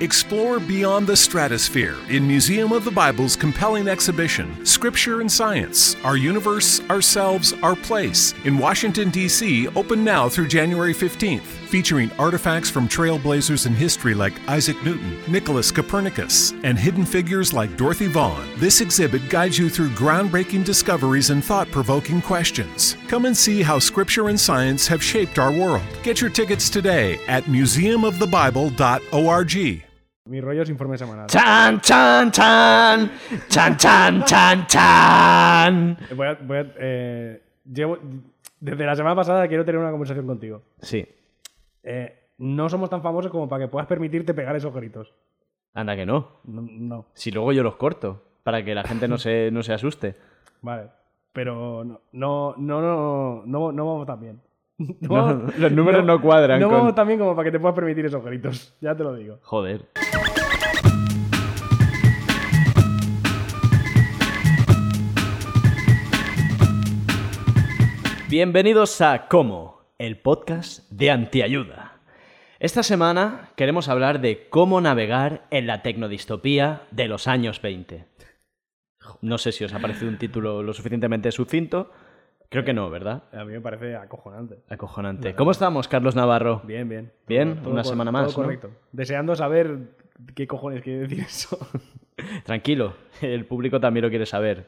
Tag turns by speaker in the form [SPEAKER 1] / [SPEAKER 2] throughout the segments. [SPEAKER 1] Explore beyond the stratosphere in Museum of the Bible's compelling exhibition, Scripture and Science Our Universe, Ourselves, Our Place, in Washington, D.C., open now through January 15th. Featuring artifacts from trailblazers in history like Isaac Newton, Nicholas Copernicus, and hidden figures like Dorothy Vaughan, this exhibit guides you through groundbreaking discoveries and thought provoking questions. Come and see how Scripture and science have shaped our world. Get your tickets today at museumofthebible.org.
[SPEAKER 2] Mi rollo es informe semanal.
[SPEAKER 3] Chan, chan, chan. Chan, chan, chan, chan.
[SPEAKER 2] Voy a- voy a, eh, llevo, desde la semana pasada quiero tener una conversación contigo.
[SPEAKER 3] Sí.
[SPEAKER 2] Eh, no somos tan famosos como para que puedas permitirte pegar esos gritos.
[SPEAKER 3] Anda que no.
[SPEAKER 2] No, no,
[SPEAKER 3] Si luego yo los corto. Para que la gente no se, no se asuste.
[SPEAKER 2] vale. Pero no, no, no, no, no, no vamos tan bien. No
[SPEAKER 3] No,
[SPEAKER 2] vamos-
[SPEAKER 3] los números no cuadran
[SPEAKER 2] No
[SPEAKER 3] con-
[SPEAKER 2] vamos tan bien como para que te puedas permitir esos gritos. Ya te lo digo.
[SPEAKER 3] Joder. Bienvenidos a Cómo, el podcast de Antiayuda. Esta semana queremos hablar de cómo navegar en la tecnodistopía de los años 20. No sé si os ha parecido un título lo suficientemente sucinto. Creo que no, ¿verdad?
[SPEAKER 2] A mí me parece acojonante.
[SPEAKER 3] Acojonante. ¿Cómo estamos, Carlos Navarro?
[SPEAKER 2] Bien, bien.
[SPEAKER 3] Bien, una
[SPEAKER 2] cor-
[SPEAKER 3] semana
[SPEAKER 2] todo
[SPEAKER 3] más, ¿no?
[SPEAKER 2] correcto. Deseando saber qué cojones quiere decir eso.
[SPEAKER 3] Tranquilo, el público también lo quiere saber.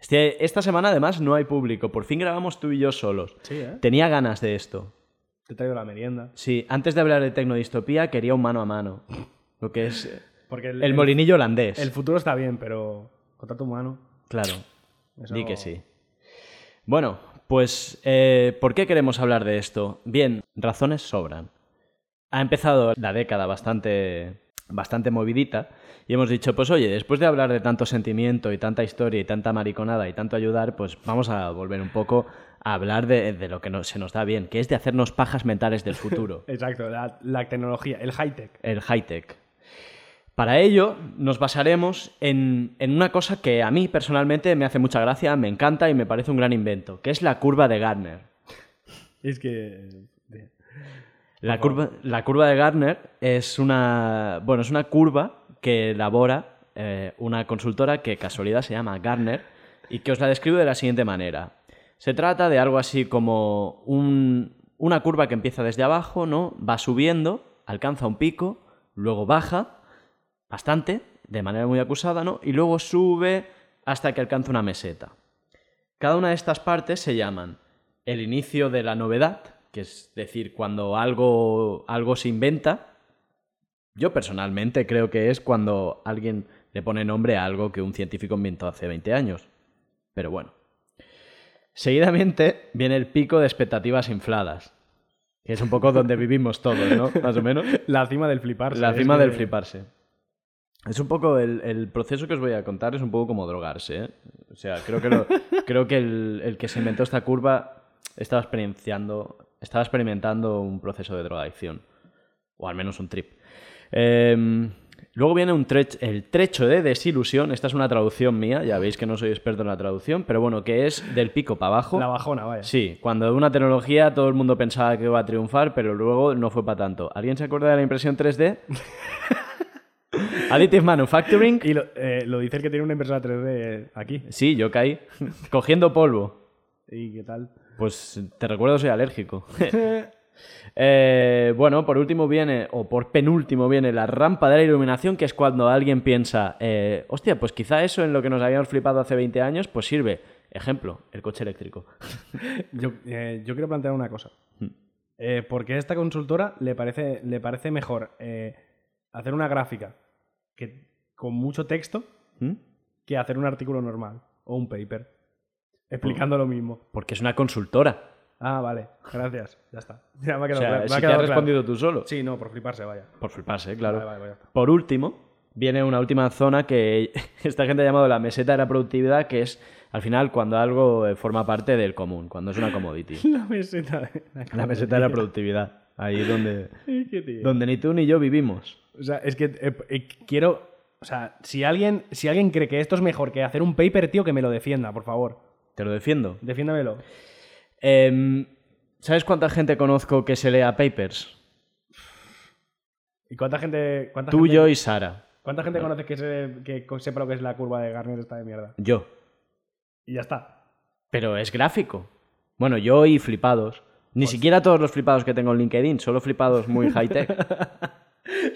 [SPEAKER 3] Este- esta semana además no hay público, por fin grabamos tú y yo solos.
[SPEAKER 2] Sí, ¿eh?
[SPEAKER 3] Tenía ganas de esto.
[SPEAKER 2] Te he traído la merienda.
[SPEAKER 3] Sí, antes de hablar de tecnodistopía quería un mano a mano, lo que es eh,
[SPEAKER 2] Porque
[SPEAKER 3] el molinillo holandés.
[SPEAKER 2] El futuro está bien, pero contacto humano.
[SPEAKER 3] Claro,
[SPEAKER 2] Eso-
[SPEAKER 3] di que sí. Bueno, pues eh, ¿por qué queremos hablar de esto? Bien, razones sobran. Ha empezado la década bastante, bastante movidita y hemos dicho, pues oye, después de hablar de tanto sentimiento y tanta historia y tanta mariconada y tanto ayudar, pues vamos a volver un poco a hablar de, de lo que no- se nos da bien, que es de hacernos pajas mentales del futuro,
[SPEAKER 2] Exacto, la, la tecnología, el high-tech.
[SPEAKER 3] el high-tech. Para ello nos basaremos en, en una cosa que a mí personalmente me hace mucha gracia, me encanta y me parece un gran invento, que es la curva de Gardner.
[SPEAKER 2] Es que. bien.
[SPEAKER 3] La curva, la curva de Gartner es una, bueno, es una curva que elabora eh, una consultora que casualidad se llama Gartner y que os la describe de la siguiente manera. Se trata de algo así como un- una curva que empieza desde abajo, ¿no? va subiendo, alcanza un pico, luego baja bastante, de manera muy acusada, ¿no? y luego sube hasta que alcanza una meseta. Cada una de estas partes se llaman el inicio de la novedad, que es decir, cuando algo, algo se inventa. Yo personalmente creo que es cuando alguien le pone nombre a algo que un científico inventó hace 20 años. Pero bueno. Seguidamente viene el pico de expectativas infladas, que es un poco donde vivimos todos, ¿no? Más o menos.
[SPEAKER 2] La cima del fliparse.
[SPEAKER 3] La
[SPEAKER 2] es
[SPEAKER 3] cima
[SPEAKER 2] que-
[SPEAKER 3] del fliparse. Es un poco el, el proceso que os voy a contar es un poco como drogarse, ¿eh? O sea, creo que lo- creo que el, el que se inventó esta curva estaba experienciando, estaba experimentando un proceso de drogadicción. O al menos un trip. Em, luego viene un trech- el trecho de desilusión. Esta es una traducción mía, ya veis que no soy experto en la traducción, pero bueno, que es del pico para abajo.
[SPEAKER 2] La bajona, vaya.
[SPEAKER 3] Sí, cuando una tecnología todo el mundo pensaba que iba a triunfar, pero luego no fue para tanto. ¿Alguien se acuerda de la impresión 3D? Additive Manufacturing.
[SPEAKER 2] Y lo, eh, lo dice el que tiene una impresora 3D aquí.
[SPEAKER 3] Sí, yo caí. Cogiendo polvo.
[SPEAKER 2] ¿Y qué tal?
[SPEAKER 3] Pues te recuerdo, soy alérgico. Eh, bueno, por último viene, o por penúltimo viene la rampa de la iluminación, que es cuando alguien piensa, eh, hostia, pues quizá eso en lo que nos habíamos flipado hace 20 años, pues sirve. Ejemplo, el coche eléctrico.
[SPEAKER 2] Yo, eh, yo quiero plantear una cosa.
[SPEAKER 3] Hmm.
[SPEAKER 2] Eh, ¿Por qué a esta consultora le parece, le parece mejor eh, hacer una gráfica que, con mucho texto
[SPEAKER 3] ¿Mm?
[SPEAKER 2] que hacer un artículo normal o un paper explicando
[SPEAKER 3] Oh.
[SPEAKER 2] lo mismo?
[SPEAKER 3] Porque es una consultora.
[SPEAKER 2] Ah, vale, gracias. Ya está. Ya me ha
[SPEAKER 3] O
[SPEAKER 2] quedado,
[SPEAKER 3] sea,
[SPEAKER 2] claro, me ha
[SPEAKER 3] si te
[SPEAKER 2] quedado
[SPEAKER 3] has
[SPEAKER 2] claro.
[SPEAKER 3] respondido tú solo.
[SPEAKER 2] Sí, no, por fliparse, vaya.
[SPEAKER 3] Por fliparse, claro.
[SPEAKER 2] Vale, vale, vale, ya está.
[SPEAKER 3] Por último, viene una última zona que esta gente ha llamado la meseta de la productividad, que es al final cuando algo eh, forma parte del común, cuando es una commodity.
[SPEAKER 2] La meseta. de-
[SPEAKER 3] la meseta de la productividad. Ahí donde,
[SPEAKER 2] Qué tío.
[SPEAKER 3] donde ni tú ni yo vivimos.
[SPEAKER 2] O sea, es que eh, eh, quiero. O sea, si alguien, si alguien cree que esto es mejor que hacer un paper, tío, que me lo defienda, por favor.
[SPEAKER 3] Te lo defiendo.
[SPEAKER 2] Defiéndamelo.
[SPEAKER 3] Em, ¿Sabes cuánta gente conozco que se lea papers?
[SPEAKER 2] ¿Y cuánta gente. Cuánta
[SPEAKER 3] Tú,
[SPEAKER 2] gente,
[SPEAKER 3] yo y Sara.
[SPEAKER 2] ¿Cuánta gente conoces que, se- que co- sepa lo que es la curva de Garner esta de mierda?
[SPEAKER 3] Yo.
[SPEAKER 2] Y ya está.
[SPEAKER 3] Pero es gráfico. Bueno, yo y flipados. Ni siquiera todos los flipados que tengo en LinkedIn, solo flipados muy high-tech.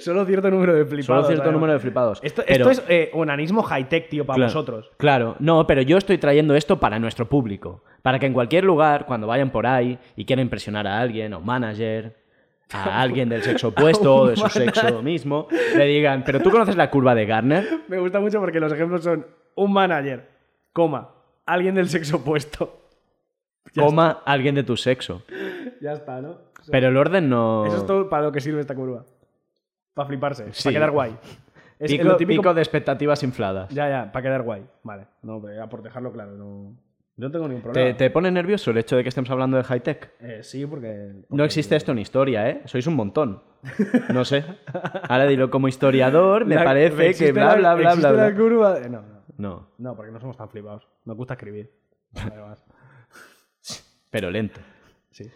[SPEAKER 2] Solo cierto número de flipados.
[SPEAKER 3] solo cierto
[SPEAKER 2] además.
[SPEAKER 3] número de flipados.
[SPEAKER 2] Esto,
[SPEAKER 3] Pero-
[SPEAKER 2] esto es eh, onanismo high-tech, tío, para
[SPEAKER 3] Claro,
[SPEAKER 2] vosotros.
[SPEAKER 3] Claro, no, pero yo estoy trayendo esto para nuestro público. Para que en cualquier lugar, cuando vayan por ahí y quieran impresionar a alguien, o manager, a alguien del sexo opuesto o de su sexo mismo, le digan, pero tú conoces la curva de Garner.
[SPEAKER 2] Me gusta mucho porque los ejemplos son un manager, coma, alguien del sexo opuesto.
[SPEAKER 3] coma alguien de tu sexo.
[SPEAKER 2] Ya está, ¿no? Eso-
[SPEAKER 3] Pero el orden no.
[SPEAKER 2] Eso es todo para lo que sirve esta curva. Para fliparse,
[SPEAKER 3] Oh. Sí.
[SPEAKER 2] para quedar guay. Es
[SPEAKER 3] pico,
[SPEAKER 2] lo típico-
[SPEAKER 3] pico de expectativas infladas.
[SPEAKER 2] Ya, ya, para quedar guay. Vale. No, pero ya por dejarlo claro, no. Yo no tengo ningún problema.
[SPEAKER 3] ¿Te, te pone nervioso el hecho de que estemos hablando de high-tech?
[SPEAKER 2] Eh, sí, porque.
[SPEAKER 3] No existe esto en historia, ¿eh? Sois un montón. No sé. Ahora dilo como historiador, me
[SPEAKER 2] La-
[SPEAKER 3] parece
[SPEAKER 2] existe
[SPEAKER 3] que bla,
[SPEAKER 2] la-
[SPEAKER 3] bla, bla, bla.
[SPEAKER 2] existe
[SPEAKER 3] bla.
[SPEAKER 2] la curva. eh, No, no.
[SPEAKER 3] No,
[SPEAKER 2] No, porque no somos tan flipados. Nos gusta escribir. Además.
[SPEAKER 3] pero lento.
[SPEAKER 2] Sí.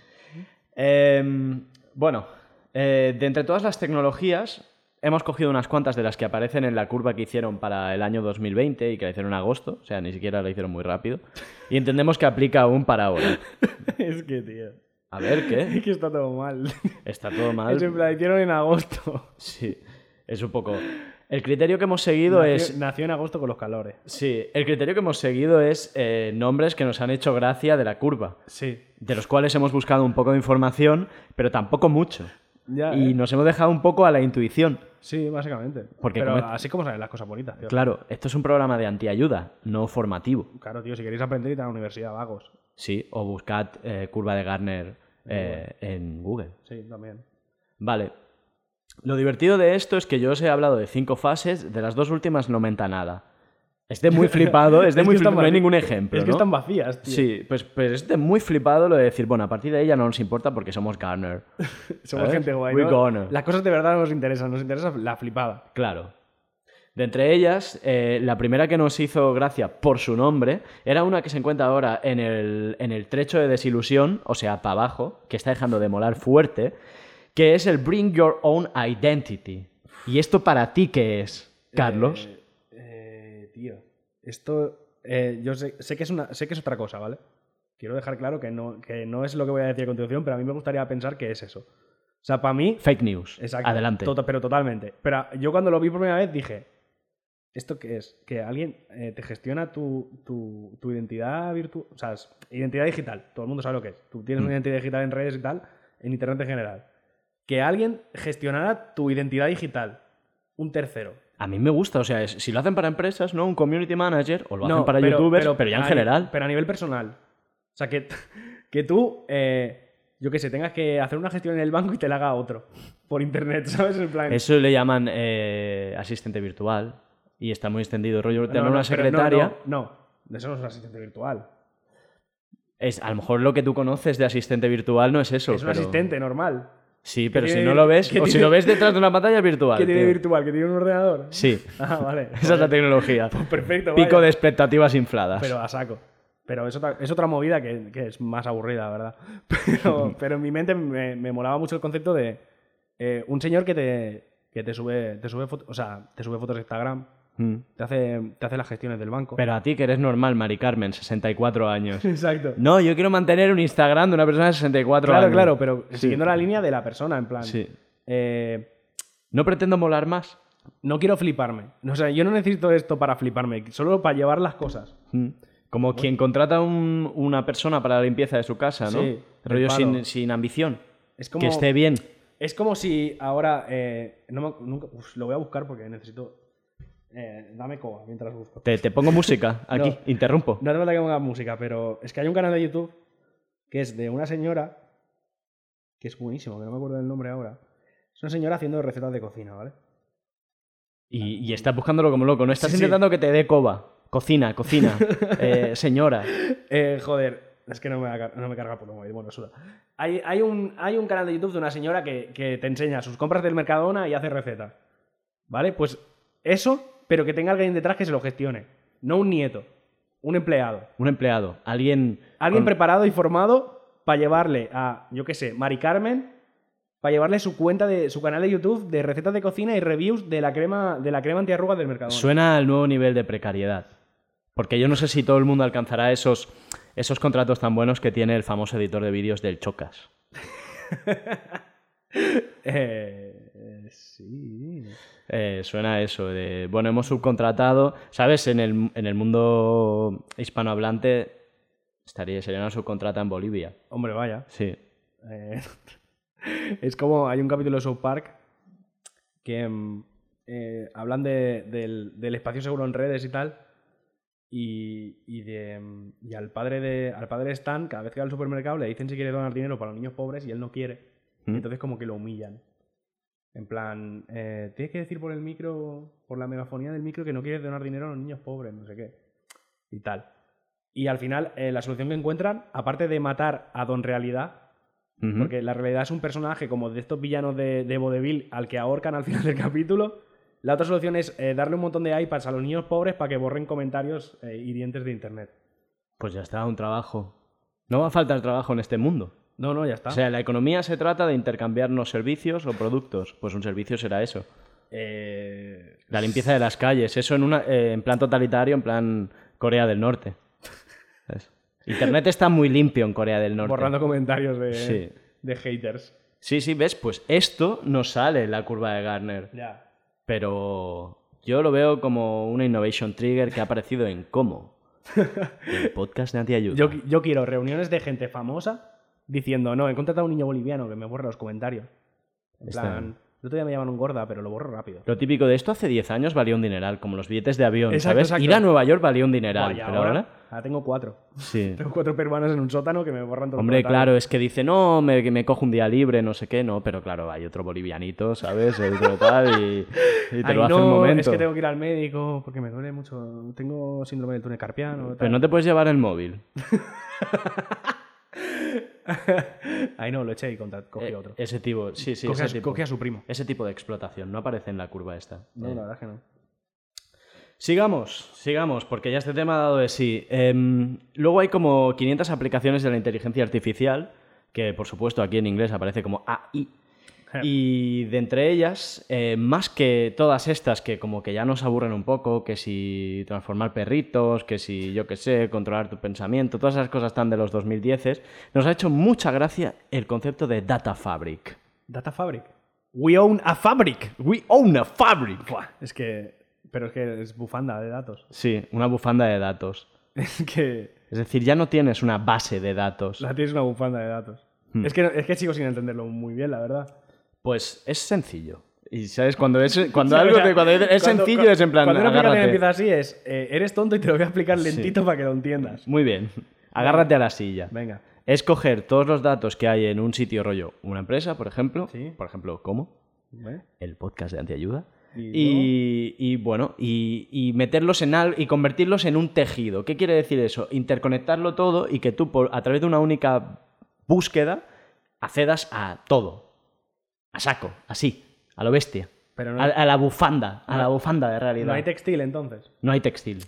[SPEAKER 3] Eh, bueno, eh, de entre todas las tecnologías, hemos cogido unas cuantas de las que aparecen en la curva que hicieron para el año 2020 y que la hicieron en agosto, o sea, ni siquiera la hicieron muy rápido, y entendemos que aplica aún para ahora.
[SPEAKER 2] es que, tío.
[SPEAKER 3] A ver,
[SPEAKER 2] Es
[SPEAKER 3] ¿qué?
[SPEAKER 2] que está todo mal.
[SPEAKER 3] Está todo
[SPEAKER 2] Es en
[SPEAKER 3] mal.
[SPEAKER 2] plan, hicieron en agosto.
[SPEAKER 3] Sí, es un poco... El criterio que hemos seguido
[SPEAKER 2] nació,
[SPEAKER 3] es...
[SPEAKER 2] nació en agosto con los calores.
[SPEAKER 3] Sí, el criterio que hemos seguido es eh, nombres que nos han hecho gracia de la curva,
[SPEAKER 2] Sí.
[SPEAKER 3] de los cuales hemos buscado un poco de información, pero tampoco mucho.
[SPEAKER 2] Ya,
[SPEAKER 3] Y
[SPEAKER 2] eh.
[SPEAKER 3] nos hemos dejado un poco a la intuición.
[SPEAKER 2] Sí, básicamente.
[SPEAKER 3] Porque
[SPEAKER 2] Pero
[SPEAKER 3] como es-
[SPEAKER 2] así como salen las cosas bonitas, tío.
[SPEAKER 3] Claro, esto es un programa de antiayuda, no formativo.
[SPEAKER 2] Claro, tío, si queréis aprender, id a la universidad, vagos.
[SPEAKER 3] Sí, o buscad eh, curva de Garner eh, en Google.
[SPEAKER 2] Sí, también.
[SPEAKER 3] Vale. Lo divertido de esto es que yo os he hablado de cinco fases, de las dos últimas no menta nada. Es de muy flipado, es de
[SPEAKER 2] Es
[SPEAKER 3] muy
[SPEAKER 2] que están
[SPEAKER 3] flipado, no hay
[SPEAKER 2] vaci-
[SPEAKER 3] ningún ejemplo.
[SPEAKER 2] es que
[SPEAKER 3] ¿no?
[SPEAKER 2] están vacías, tío.
[SPEAKER 3] Sí, pues, pues es de muy flipado lo de decir, bueno, a partir de ahí ya no nos importa porque somos Garner.
[SPEAKER 2] Somos
[SPEAKER 3] ¿Sabes?
[SPEAKER 2] gente guay.
[SPEAKER 3] We
[SPEAKER 2] ¿no?
[SPEAKER 3] gonna.
[SPEAKER 2] Las cosas de verdad no nos interesan, nos interesa la flipada.
[SPEAKER 3] Claro. De entre ellas, eh, la primera que nos hizo gracia por su nombre era una que se encuentra ahora en el, en el trecho de desilusión, o sea, para abajo, que está dejando de molar fuerte, que es el Bring Your Own Identity. ¿Y esto para ti qué es, Carlos?
[SPEAKER 2] Eh, eh, tío, esto. eh, yo sé, sé que es una, sé que es otra cosa, ¿vale? Quiero dejar claro que no, que no es lo que voy a decir a continuación, pero a mí me gustaría pensar que es eso. O sea, para mí.
[SPEAKER 3] Fake news.
[SPEAKER 2] Exacto.
[SPEAKER 3] Adelante.
[SPEAKER 2] Tota- pero totalmente. Pero yo cuando lo vi por primera vez dije. ¿Esto qué es? Que alguien eh, te gestiona tu, tu, tu identidad virtual. O sea, es identidad digital. Todo el mundo sabe lo que es. Tú
[SPEAKER 3] Mm.
[SPEAKER 2] tienes una identidad digital en redes y tal, en internet en general. Que alguien gestionara tu identidad digital. Un tercero.
[SPEAKER 3] A mí me gusta, o sea, es- si lo hacen para empresas, ¿no? Un community manager, o lo hacen para
[SPEAKER 2] pero-
[SPEAKER 3] youtubers, pero, ya en
[SPEAKER 2] a ni-
[SPEAKER 3] general.
[SPEAKER 2] Pero a nivel personal. O sea, que, que tú, eh, yo qué sé, tengas que hacer una gestión en el banco y te la haga otro. Por internet, ¿sabes? En plan.
[SPEAKER 3] Eso le llaman eh, asistente virtual. Y está muy extendido. Rollo,
[SPEAKER 2] No,
[SPEAKER 3] tener
[SPEAKER 2] no,
[SPEAKER 3] una
[SPEAKER 2] pero no,
[SPEAKER 3] secretaria.
[SPEAKER 2] No, no, eso no es un asistente virtual.
[SPEAKER 3] Es, a lo mejor lo que tú conoces de asistente virtual no es eso.
[SPEAKER 2] es un
[SPEAKER 3] pero-
[SPEAKER 2] asistente normal.
[SPEAKER 3] Sí, pero si
[SPEAKER 2] tiene
[SPEAKER 3] no
[SPEAKER 2] vir-
[SPEAKER 3] lo ves, o
[SPEAKER 2] que
[SPEAKER 3] si
[SPEAKER 2] tiene-
[SPEAKER 3] lo ves detrás de una pantalla es virtual.
[SPEAKER 2] ¿Qué tiene
[SPEAKER 3] tío.
[SPEAKER 2] virtual? ¿Que tiene un ordenador?
[SPEAKER 3] Sí,
[SPEAKER 2] Ah, vale.
[SPEAKER 3] esa es la tecnología.
[SPEAKER 2] Pues Perfecto.
[SPEAKER 3] Pico
[SPEAKER 2] vaya.
[SPEAKER 3] de expectativas infladas.
[SPEAKER 2] Pero a saco. Pero es otra, es otra movida que, que es más aburrida, ¿verdad? Pero, pero en mi mente me, me molaba mucho el concepto de eh, un señor que te, que te sube, te sube fotos, o sea, te sube fotos de Instagram,
[SPEAKER 3] Mm.
[SPEAKER 2] te hace, te hace las gestiones del banco.
[SPEAKER 3] Pero a ti que eres normal, Mari Carmen, 64 años.
[SPEAKER 2] Exacto.
[SPEAKER 3] No, yo quiero mantener un Instagram de una persona de 64
[SPEAKER 2] claro,
[SPEAKER 3] años.
[SPEAKER 2] claro, pero
[SPEAKER 3] Sí.
[SPEAKER 2] siguiendo la línea de la persona, en plan.
[SPEAKER 3] Sí.
[SPEAKER 2] eh,
[SPEAKER 3] No pretendo molar más.
[SPEAKER 2] no quiero fliparme. O sea, yo no necesito esto para fliparme, solo para llevar las cosas.
[SPEAKER 3] Mm. Como quien contrata un- una persona para la limpieza de su casa, ¿no?
[SPEAKER 2] Sí, del
[SPEAKER 3] Rollo
[SPEAKER 2] palo.
[SPEAKER 3] sin, sin ambición.
[SPEAKER 2] Es como,
[SPEAKER 3] Que esté bien.
[SPEAKER 2] es como si ahora. eh, no me- nunca, uf, lo voy a buscar porque necesito. eh, dame coba mientras busco.
[SPEAKER 3] Te, te pongo música aquí,
[SPEAKER 2] No.
[SPEAKER 3] interrumpo.
[SPEAKER 2] No hace falta que ponga música, pero es que hay un canal de YouTube que es de una señora que es buenísimo, que no me acuerdo del nombre ahora. Es una señora haciendo recetas de cocina, ¿vale?
[SPEAKER 3] Y, y estás buscándolo como loco, ¿no? Estás
[SPEAKER 2] Sí, sí.
[SPEAKER 3] intentando que te dé coba. Cocina, cocina. Eh, señora.
[SPEAKER 2] Eh, joder, es que no me, va a- no me carga por lo móvil, bueno, suda. Hay, hay, un, hay un canal de YouTube de una señora que, que te enseña sus compras del Mercadona y hace recetas. ¿Vale? Pues eso, pero que tenga alguien detrás que se lo gestione. No un nieto, un empleado.
[SPEAKER 3] Un empleado. Alguien.
[SPEAKER 2] Alguien
[SPEAKER 3] con-
[SPEAKER 2] preparado y formado para llevarle a, yo qué sé, Mari Carmen, para para llevarle su cuenta de su canal de YouTube de recetas de cocina y reviews de la crema de la crema antiarrugas del mercado.
[SPEAKER 3] Suena al nuevo nivel de precariedad. Porque yo no sé si todo el mundo alcanzará esos, esos contratos tan buenos que tiene el famoso editor de vídeos del Chocas.
[SPEAKER 2] Eh, sí.
[SPEAKER 3] Eh, suena a eso, de, bueno, hemos subcontratado, ¿sabes? En el, en el mundo hispanohablante estaría, sería una subcontrata en Bolivia.
[SPEAKER 2] Hombre, vaya.
[SPEAKER 3] Sí.
[SPEAKER 2] Eh, es como hay un capítulo de South Park que mm, eh, hablan de- del, del espacio seguro en redes y tal. Y, y de, mm, y al padre de al padre de Stan, cada vez que va al supermercado, le dicen si quiere donar dinero para los niños pobres y él no quiere. Y
[SPEAKER 3] ¿Mm?
[SPEAKER 2] entonces como que lo humillan. En plan, eh, tienes que decir por el micro, por la megafonía del micro que no quieres donar dinero a los niños pobres, no sé qué. Y tal. Y al final, eh, la solución que encuentran, aparte de matar a Don Realidad,
[SPEAKER 3] Ujú.
[SPEAKER 2] porque la realidad es un personaje como de estos villanos de, de Vodevil al que ahorcan al final del capítulo. La otra solución es eh, darle un montón de iPads a los niños pobres para que borren comentarios eh, hirientes de internet.
[SPEAKER 3] Pues ya está, un trabajo. No va a faltar trabajo en este mundo.
[SPEAKER 2] No, no, ya está.
[SPEAKER 3] O sea, la economía se trata de intercambiarnos servicios o productos. Pues un servicio será eso.
[SPEAKER 2] Eh,
[SPEAKER 3] La limpieza de las calles, eso en, una, eh, en plan totalitario, en plan Corea del Norte. ¿Sabes? Internet está muy limpio en Corea del Norte.
[SPEAKER 2] borrando comentarios de,
[SPEAKER 3] Sí.
[SPEAKER 2] de haters.
[SPEAKER 3] Sí, sí, ves, pues esto no sale en la curva de Garner.
[SPEAKER 2] Ya.
[SPEAKER 3] Pero yo lo veo como una innovation trigger que ha aparecido en Como. El podcast de Antiayuda.
[SPEAKER 2] Yo, qui- yo quiero reuniones de gente famosa diciendo, no, he contratado a un niño boliviano que me borra los comentarios. En
[SPEAKER 3] Está
[SPEAKER 2] plan,
[SPEAKER 3] bien.
[SPEAKER 2] el otro día me llaman un gorda, pero lo borro rápido.
[SPEAKER 3] Lo típico de esto hace 10 años valía un dineral, como los billetes de avión,
[SPEAKER 2] Exacto,
[SPEAKER 3] ¿sabes?
[SPEAKER 2] exacto.
[SPEAKER 3] Ir a Nueva York valía un dineral,
[SPEAKER 2] Guay,
[SPEAKER 3] pero ahora...
[SPEAKER 2] ahora tengo cuatro.
[SPEAKER 3] Sí.
[SPEAKER 2] Tengo cuatro peruanos en un sótano que me borran todo
[SPEAKER 3] Hombre,
[SPEAKER 2] el comentario.
[SPEAKER 3] claro, es que dice, no, me, que me cojo un día libre, no sé qué, no, pero claro, hay otro bolivianito, ¿sabes? Otro tal, y, y te
[SPEAKER 2] Ay,
[SPEAKER 3] lo hace
[SPEAKER 2] no,
[SPEAKER 3] un momento.
[SPEAKER 2] Es que tengo que ir al médico porque me duele mucho. Tengo síndrome del túnel carpiano.
[SPEAKER 3] Pero no te puedes llevar el móvil.
[SPEAKER 2] Ahí no, lo eché y contra- cogí
[SPEAKER 3] Eh,
[SPEAKER 2] otro.
[SPEAKER 3] Ese tipo, sí, sí,
[SPEAKER 2] cogí,
[SPEAKER 3] ese
[SPEAKER 2] a,
[SPEAKER 3] tipo.
[SPEAKER 2] cogí a su primo.
[SPEAKER 3] Ese tipo de explotación no aparece en la curva esta.
[SPEAKER 2] No,
[SPEAKER 3] Eh,
[SPEAKER 2] la verdad es que no.
[SPEAKER 3] Sigamos, sigamos, porque ya este tema ha dado de sí. Em, luego hay como 500 aplicaciones de la inteligencia artificial, que por supuesto aquí en inglés aparece como AI. Y de entre ellas, eh, más que todas estas que como que ya nos aburren un poco, que si transformar perritos, que si yo qué sé, controlar tu pensamiento, todas esas cosas tan de los 2010, nos ha hecho mucha gracia el concepto de Data Fabric.
[SPEAKER 2] Data Fabric. We own a fabric.
[SPEAKER 3] We own a fabric.
[SPEAKER 2] Buah, es que. Pero es que es bufanda de datos.
[SPEAKER 3] Sí, una bufanda de datos.
[SPEAKER 2] Es que.
[SPEAKER 3] Es decir, ya no tienes una base de datos.
[SPEAKER 2] La tienes una bufanda de datos.
[SPEAKER 3] Hmm.
[SPEAKER 2] Es, que, es que sigo sin entenderlo muy bien, la verdad.
[SPEAKER 3] Pues es sencillo. Y sabes, cuando es cuando
[SPEAKER 2] O sea,
[SPEAKER 3] algo
[SPEAKER 2] o sea,
[SPEAKER 3] te- cuando es es
[SPEAKER 2] cuando-
[SPEAKER 3] sencillo
[SPEAKER 2] cu-
[SPEAKER 3] es en plan
[SPEAKER 2] Cuando una aplicación
[SPEAKER 3] agárrate.
[SPEAKER 2] empieza así es. eh, eres tonto y te lo voy a explicar lentito para que lo entiendas.
[SPEAKER 3] Muy bien. Agárrate a la silla.
[SPEAKER 2] Venga.
[SPEAKER 3] Es coger todos los datos que hay en un sitio rollo, una empresa, por ejemplo,
[SPEAKER 2] Sí.
[SPEAKER 3] por ejemplo, ¿cómo?
[SPEAKER 2] ¿Eh?
[SPEAKER 3] El podcast de Antiayuda.
[SPEAKER 2] Y
[SPEAKER 3] Y, y, bueno, y, y meterlos en al- y convertirlos en un tejido. ¿Qué quiere decir eso? Interconectarlo todo y que tú, por- a través de una única búsqueda, accedas a todo. A saco, así, a lo bestia.
[SPEAKER 2] Pero no,
[SPEAKER 3] A, a la bufanda, a la bufanda de realidad.
[SPEAKER 2] no hay textil entonces.
[SPEAKER 3] No hay textil.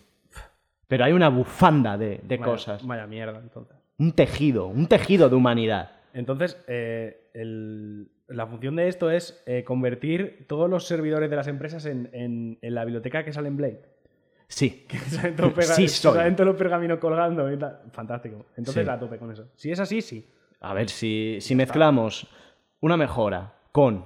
[SPEAKER 3] Pero hay una bufanda de, de
[SPEAKER 2] Vaya-
[SPEAKER 3] cosas.
[SPEAKER 2] Vaya mierda, entonces.
[SPEAKER 3] Un tejido, un tejido de humanidad.
[SPEAKER 2] Entonces, eh, el- la función de esto es eh, convertir todos los servidores de las empresas en, en- en la biblioteca que sale en Blade.
[SPEAKER 3] Sí.
[SPEAKER 2] Que salen todos, los perga-
[SPEAKER 3] Sí soy.
[SPEAKER 2] salen todos los pergaminos colgando y tal. Fantástico. Entonces
[SPEAKER 3] Sí.
[SPEAKER 2] la tope con eso. Si es así, sí.
[SPEAKER 3] A ver, si, si mezclamos una mejora con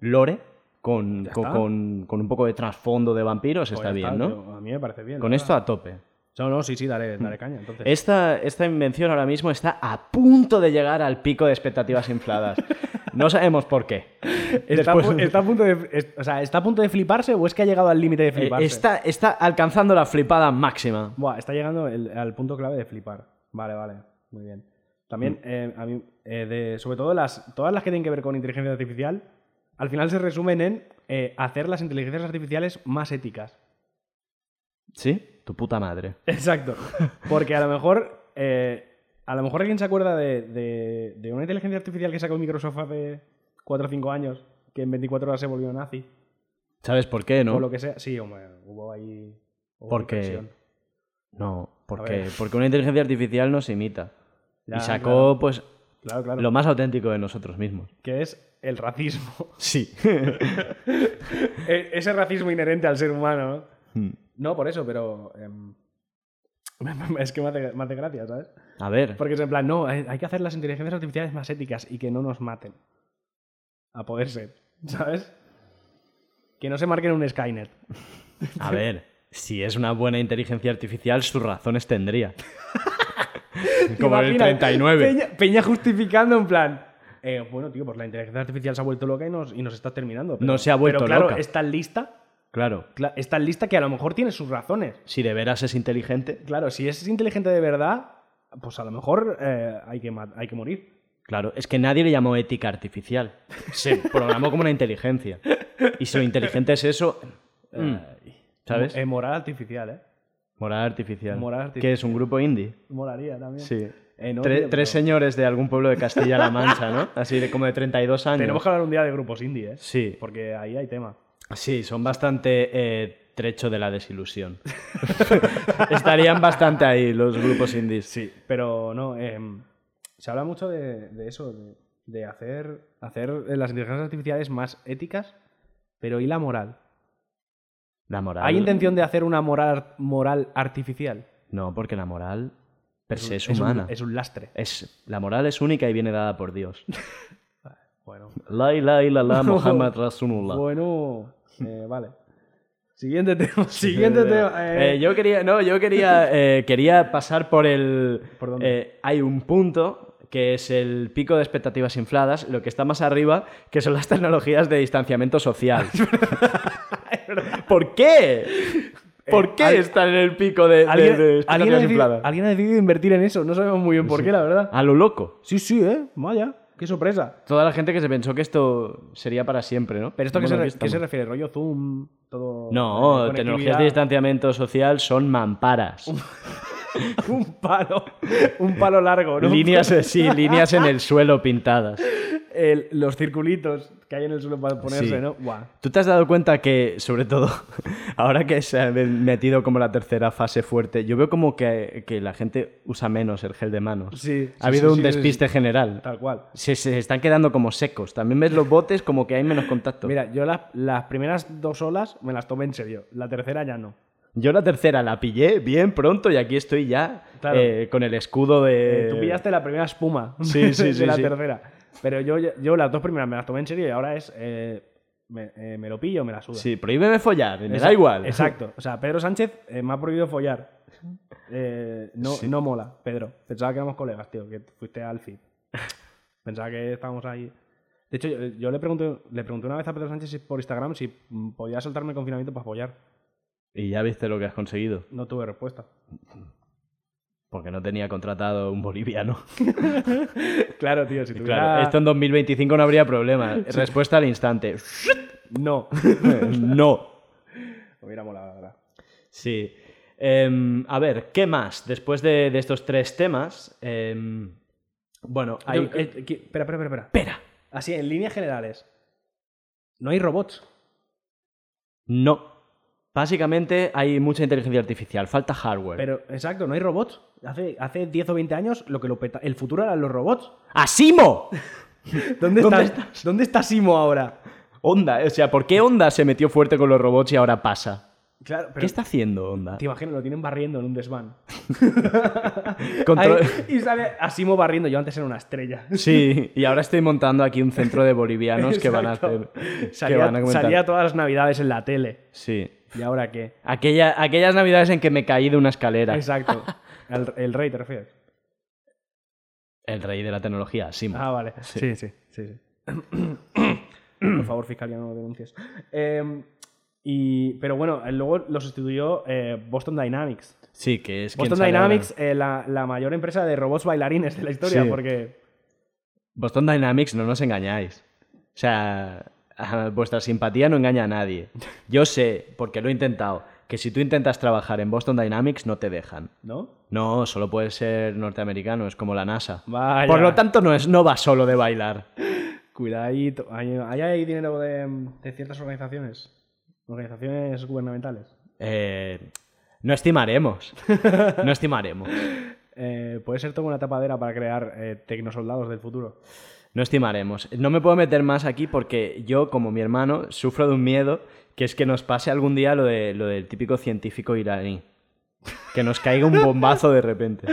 [SPEAKER 3] Lore, con,
[SPEAKER 2] Ya
[SPEAKER 3] con,
[SPEAKER 2] está.
[SPEAKER 3] con- con un poco de trasfondo de vampiros,
[SPEAKER 2] Pues
[SPEAKER 3] está
[SPEAKER 2] ya
[SPEAKER 3] bien,
[SPEAKER 2] está,
[SPEAKER 3] ¿no?
[SPEAKER 2] yo- A mí me parece bien.
[SPEAKER 3] Con
[SPEAKER 2] la
[SPEAKER 3] esto a tope.
[SPEAKER 2] verdad. No, no, sí, sí, dale, dale caña. Entonces.
[SPEAKER 3] Esta, esta invención ahora mismo está a punto de llegar al pico de expectativas infladas. No sabemos por qué.
[SPEAKER 2] Está, a
[SPEAKER 3] Después-
[SPEAKER 2] pu- está a punto de, es- o sea, ¿está a punto de fliparse o es que ha llegado al límite de
[SPEAKER 3] eh,
[SPEAKER 2] fliparse?
[SPEAKER 3] está, está alcanzando la flipada máxima.
[SPEAKER 2] Buah, está llegando el- al punto clave de flipar. Vale, vale, muy bien. También,
[SPEAKER 3] Mm.
[SPEAKER 2] eh, a mí, eh, de- sobre todo las, todas las que tienen que ver con inteligencia artificial, al final se resumen en eh, hacer las inteligencias artificiales más éticas.
[SPEAKER 3] ¿Sí? Tu puta madre.
[SPEAKER 2] Exacto. Porque a lo mejor, eh, a lo mejor alguien se acuerda de, de- de una inteligencia artificial que sacó Microsoft hace 4 o 5 años, que en 24 horas se volvió nazi,
[SPEAKER 3] ¿Sabes por qué, no?
[SPEAKER 2] o lo que sea. Sí, hombre, hubo ahí... hubo
[SPEAKER 3] Porque-
[SPEAKER 2] presión.
[SPEAKER 3] No,
[SPEAKER 2] A ver.
[SPEAKER 3] porque, porque una inteligencia artificial nos imita.
[SPEAKER 2] Ya,
[SPEAKER 3] y sacó,
[SPEAKER 2] claro.
[SPEAKER 3] pues,
[SPEAKER 2] Claro, claro.
[SPEAKER 3] Lo más auténtico de nosotros mismos.
[SPEAKER 2] Que es el racismo.
[SPEAKER 3] Sí.
[SPEAKER 2] E- Ese racismo inherente al ser humano, ¿no? No, por eso, pero. em, es que me hace, me hace gracia, ¿sabes?
[SPEAKER 3] A ver.
[SPEAKER 2] Porque es en plan, no, hay hay que hacer las inteligencias artificiales más éticas y que no nos maten. A poder ser, ¿sabes? Que no se marquen un Skynet.
[SPEAKER 3] A ver, si es una buena inteligencia artificial, sus razones tendría. Como en el
[SPEAKER 2] Imagina,
[SPEAKER 3] 39.
[SPEAKER 2] Peña, Peña justificando en plan. eh, bueno, tío, pues la inteligencia artificial se ha vuelto loca y nos, y nos está terminando. pero-
[SPEAKER 3] No se ha vuelto
[SPEAKER 2] pero, claro,
[SPEAKER 3] loca.
[SPEAKER 2] Es tan lista,
[SPEAKER 3] Claro,
[SPEAKER 2] cla- es tan lista que a lo mejor tiene sus razones.
[SPEAKER 3] si de veras es inteligente,
[SPEAKER 2] Claro, si es inteligente de verdad, pues a lo mejor eh, hay, que ma- hay que morir.
[SPEAKER 3] claro, es que nadie le llamó ética artificial. Se programó como una inteligencia. Y si lo inteligente es eso, eh, ¿sabes?
[SPEAKER 2] Mm. Eh, moral artificial, ¿eh?
[SPEAKER 3] Moral artificial.
[SPEAKER 2] Moral artificial.
[SPEAKER 3] Que es un grupo indie.
[SPEAKER 2] Molaría también. Eh,
[SPEAKER 3] Tre-
[SPEAKER 2] no,
[SPEAKER 3] tres
[SPEAKER 2] tío, pero-
[SPEAKER 3] señores de algún pueblo de Castilla-La Mancha, ¿no? Así de como de 32 años.
[SPEAKER 2] Tenemos que hablar un día de grupos indie, ¿eh?
[SPEAKER 3] Sí.
[SPEAKER 2] Porque ahí hay tema.
[SPEAKER 3] Sí, son bastante eh, trecho de la desilusión. Estarían bastante ahí los grupos indies. Sí.
[SPEAKER 2] Pero no, em, se habla mucho de, de eso, de, de hacer, hacer eh, las inteligencias artificiales más éticas, pero ¿y la moral?
[SPEAKER 3] La moral.
[SPEAKER 2] ¿Hay intención de hacer una moral, ar- moral artificial?
[SPEAKER 3] No, porque la moral per se es,
[SPEAKER 2] un-
[SPEAKER 3] humana.
[SPEAKER 2] Es un, lastre.
[SPEAKER 3] Es- la moral es única y viene dada por Dios.
[SPEAKER 2] Bueno,
[SPEAKER 3] La ilaha illallah Muhammad Rasulullah.
[SPEAKER 2] bueno eh, vale. Siguiente tema. Siguiente tema. eh,
[SPEAKER 3] Eh, yo quería, no, yo quería, eh, quería pasar por el.
[SPEAKER 2] ¿Por dónde?
[SPEAKER 3] eh, hay un punto que es el pico de expectativas infladas, lo que está más arriba, que son las tecnologías de distanciamiento social. ¿Por qué? ¿Por qué
[SPEAKER 2] al-
[SPEAKER 3] están en el pico de, de-
[SPEAKER 2] ¿Alguien,
[SPEAKER 3] de expectativas
[SPEAKER 2] alguien ha decidido,
[SPEAKER 3] infladas? Ah.
[SPEAKER 2] alguien ha decidido invertir en eso. No sabemos muy bien por qué, la verdad.
[SPEAKER 3] A lo loco.
[SPEAKER 2] Sí, sí, ¿eh? Vaya, qué sorpresa.
[SPEAKER 3] Toda la gente que se pensó que esto sería para siempre, ¿no?
[SPEAKER 2] ¿Pero esto
[SPEAKER 3] Bueno,
[SPEAKER 2] qué,
[SPEAKER 3] aquí
[SPEAKER 2] se, qué se
[SPEAKER 3] estamos.
[SPEAKER 2] refiere? ¿Rollo Zoom? ¿Todo.?
[SPEAKER 3] No,
[SPEAKER 2] eh,
[SPEAKER 3] tecnologías de
[SPEAKER 2] conectividad?
[SPEAKER 3] distanciamiento social son mamparas.
[SPEAKER 2] Un palo. Un palo largo, ¿no?
[SPEAKER 3] líneas, sí, líneas en el suelo pintadas.
[SPEAKER 2] El- los circulitos que hay en el suelo para ponerse,
[SPEAKER 3] Sí.
[SPEAKER 2] ¿no? Guau.
[SPEAKER 3] ¿Tú te has dado cuenta que, sobre todo, ahora que se ha metido como la tercera fase fuerte, yo veo como que, que la gente usa menos el gel de manos?
[SPEAKER 2] Sí, sí,
[SPEAKER 3] Ha habido
[SPEAKER 2] sí,
[SPEAKER 3] un
[SPEAKER 2] sí,
[SPEAKER 3] despiste general.
[SPEAKER 2] Tal cual.
[SPEAKER 3] Se, se están quedando como secos. También ves los botes como que hay menos contacto.
[SPEAKER 2] Mira, yo las, las primeras dos olas me las tomé en serio. La tercera ya no.
[SPEAKER 3] Yo la tercera la pillé bien pronto y aquí estoy ya
[SPEAKER 2] Claro.
[SPEAKER 3] eh, con el escudo
[SPEAKER 2] Eh,
[SPEAKER 3] de...
[SPEAKER 2] Tú pillaste la primera espuma
[SPEAKER 3] sí, sí,
[SPEAKER 2] de
[SPEAKER 3] sí,
[SPEAKER 2] la
[SPEAKER 3] sí.
[SPEAKER 2] tercera. Pero yo, yo las dos primeras me las tomé en serio y ahora es. eh, me, eh, me lo pillo, me la suda.
[SPEAKER 3] Sí, prohíbeme follar, me da
[SPEAKER 2] Exacto,
[SPEAKER 3] igual.
[SPEAKER 2] Exacto. O sea, Pedro Sánchez eh, me ha prohibido follar. Eh, no, no mola, Pedro. Pensaba que éramos colegas, tío, que fuiste al FIP. Pensaba que estábamos ahí. De hecho, yo, yo le, pregunté, le pregunté una vez a Pedro Sánchez si- por Instagram si mm, podía saltarme el confinamiento para follar.
[SPEAKER 3] Y ya viste lo que has conseguido,
[SPEAKER 2] No tuve respuesta.
[SPEAKER 3] porque no tenía contratado un boliviano.
[SPEAKER 2] Claro, tío, si tuviera...
[SPEAKER 3] Claro, esto en 2025 no habría problema. Respuesta al instante.
[SPEAKER 2] No.
[SPEAKER 3] no.
[SPEAKER 2] Hubiera molado, la verdad.
[SPEAKER 3] Sí. Em, a ver, ¿qué más? Después de, de estos tres temas. em, bueno, hay.
[SPEAKER 2] Yo- eh, qui- espera, espera, espera, espera.
[SPEAKER 3] espera.
[SPEAKER 2] Así, en líneas generales. No hay robots.
[SPEAKER 3] No. Básicamente hay mucha inteligencia artificial, falta hardware.
[SPEAKER 2] Pero, exacto, no hay robots. Hace, hace 10 o 20 años lo que lo peta- el futuro eran los robots.
[SPEAKER 3] ¡Asimo!
[SPEAKER 2] ¿Dónde,
[SPEAKER 3] ¡Ah, ¿Dónde
[SPEAKER 2] está, ¿Dónde está Simo ahora?
[SPEAKER 3] Onda, o sea, ¿por qué Onda se metió fuerte con los robots y ahora pasa?
[SPEAKER 2] Claro, pero
[SPEAKER 3] ¿Qué está haciendo Onda?
[SPEAKER 2] te imagino, lo tienen barriendo en un desván.
[SPEAKER 3] Contro-
[SPEAKER 2] Ahí- y sale a Simo barriendo. Yo antes era una estrella.
[SPEAKER 3] Sí, y ahora estoy montando aquí un centro de bolivianos que van a hacer.
[SPEAKER 2] Exacto.
[SPEAKER 3] que
[SPEAKER 2] Salía,
[SPEAKER 3] van a comentar.
[SPEAKER 2] salía todas las navidades en la tele.
[SPEAKER 3] Sí.
[SPEAKER 2] ¿Y ahora qué?
[SPEAKER 3] Aquella- aquellas navidades en que me caí de una escalera.
[SPEAKER 2] Exacto. El, el rey, ¿te refieres?
[SPEAKER 3] El rey de la tecnología, sí.
[SPEAKER 2] Ah, vale. Sí, sí, sí. sí. Por favor, fiscalía, no lo denuncies. Eh, y, pero bueno, eh, luego lo sustituyó eh, Boston Dynamics.
[SPEAKER 3] Sí, que es quien
[SPEAKER 2] Boston
[SPEAKER 3] sale
[SPEAKER 2] Dynamics,
[SPEAKER 3] ahora.
[SPEAKER 2] eh, la, la mayor empresa de robots bailarines de la historia,
[SPEAKER 3] Sí.
[SPEAKER 2] porque
[SPEAKER 3] Boston Dynamics, no nos engañáis. O sea, a vuestra simpatía no engaña a nadie. Yo sé, porque lo he intentado, que si tú intentas trabajar en Boston Dynamics no te dejan.
[SPEAKER 2] ¿no?
[SPEAKER 3] No, solo puedes ser norteamericano, es como la NASA.
[SPEAKER 2] Vaya.
[SPEAKER 3] Por lo tanto, no, es, no va solo de bailar.
[SPEAKER 2] Cuidadito. ¿Hay, hay ahí dinero de, de ciertas organizaciones? Organizaciones gubernamentales.
[SPEAKER 3] Eh, no estimaremos. No estimaremos.
[SPEAKER 2] eh, puede ser toda una tapadera para crear eh, tecnosoldados del futuro.
[SPEAKER 3] No estimaremos. No me puedo meter más aquí porque yo, como mi hermano, sufro de un miedo que es que nos pase algún día lo, de, lo del típico científico iraní. Que nos caiga un bombazo de repente.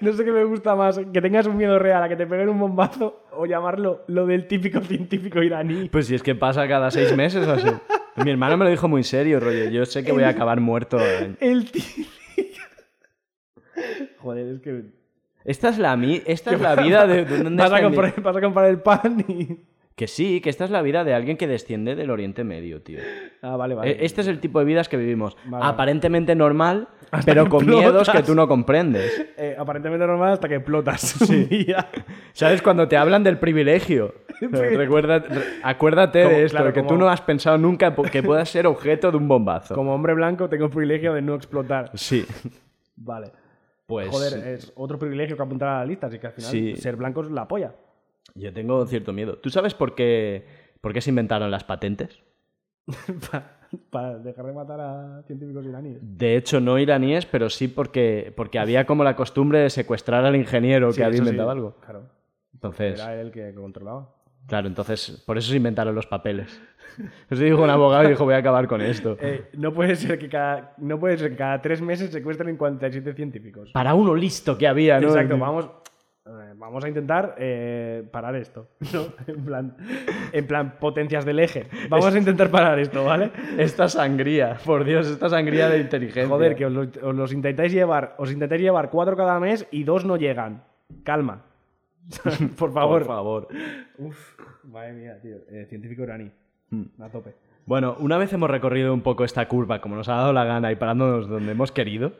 [SPEAKER 2] No sé qué me gusta más, que tengas un miedo real a que te peguen un bombazo o llamarlo lo del típico científico iraní.
[SPEAKER 3] Pues si es que pasa cada seis meses o así. Mi hermano me lo dijo muy serio, rollo. Yo sé que voy a acabar muerto. en-
[SPEAKER 2] El típico... Joder, es que...
[SPEAKER 3] Esta es la, mi- esta es la vida de... de- ¿dónde
[SPEAKER 2] Vas a,
[SPEAKER 3] está mi-
[SPEAKER 2] comprar, vas a comprar el pan y...
[SPEAKER 3] Que sí, que esta es la vida de alguien que desciende del Oriente Medio, tío.
[SPEAKER 2] Ah, vale, vale.
[SPEAKER 3] Eh, Este es el tipo de vidas que vivimos.
[SPEAKER 2] Vale.
[SPEAKER 3] Aparentemente normal, pero con
[SPEAKER 2] explotas.
[SPEAKER 3] miedos que tú no comprendes.
[SPEAKER 2] Eh, aparentemente normal hasta que explotas. Sí.
[SPEAKER 3] ¿Sabes? Cuando te hablan del privilegio. Recuerda, re- acuérdate
[SPEAKER 2] Como-
[SPEAKER 3] de esto,
[SPEAKER 2] claro,
[SPEAKER 3] de que
[SPEAKER 2] como-
[SPEAKER 3] tú no has pensado nunca po- que puedas ser objeto de un bombazo.
[SPEAKER 2] Como hombre blanco tengo el privilegio de no explotar.
[SPEAKER 3] Sí.
[SPEAKER 2] Vale.
[SPEAKER 3] Pues
[SPEAKER 2] Joder, eh. es otro privilegio que apuntar a la lista, así que al final
[SPEAKER 3] Sí.
[SPEAKER 2] ser blanco es la polla.
[SPEAKER 3] yo tengo cierto miedo. ¿Tú sabes por qué, por qué se inventaron las patentes?
[SPEAKER 2] Pa- para dejar de matar a científicos iraníes.
[SPEAKER 3] De hecho, no iraníes, pero sí porque, porque había como la costumbre de secuestrar al ingeniero
[SPEAKER 2] Sí,
[SPEAKER 3] que había
[SPEAKER 2] eso sí,
[SPEAKER 3] inventado algo.
[SPEAKER 2] Claro.
[SPEAKER 3] Entonces,
[SPEAKER 2] Era el que controlaba.
[SPEAKER 3] claro, entonces por eso se inventaron los papeles. Eso dijo un abogado y dijo, voy a acabar con esto.
[SPEAKER 2] Eh, no, puede ser que cada, no puede ser que cada tres meses secuestren 47 científicos.
[SPEAKER 3] Para uno listo que había, Ah, ¿no?
[SPEAKER 2] Exacto, vamos, eh, vamos a intentar eh, parar esto. ¿no? En, plan, en plan, potencias del eje. Vamos a intentar parar esto, ¿vale?
[SPEAKER 3] Esta sangría, por Dios, esta sangría de inteligencia.
[SPEAKER 2] Joder, que os, lo- os los intentáis llevar, os intentáis llevar cuatro cada mes y dos no llegan. Calma. Por favor.
[SPEAKER 3] Por favor.
[SPEAKER 2] Uf, madre mía, tío. Eh, científico iraní. A tope.
[SPEAKER 3] Bueno, una vez hemos recorrido un poco esta curva, como nos ha dado la gana y parándonos donde hemos querido,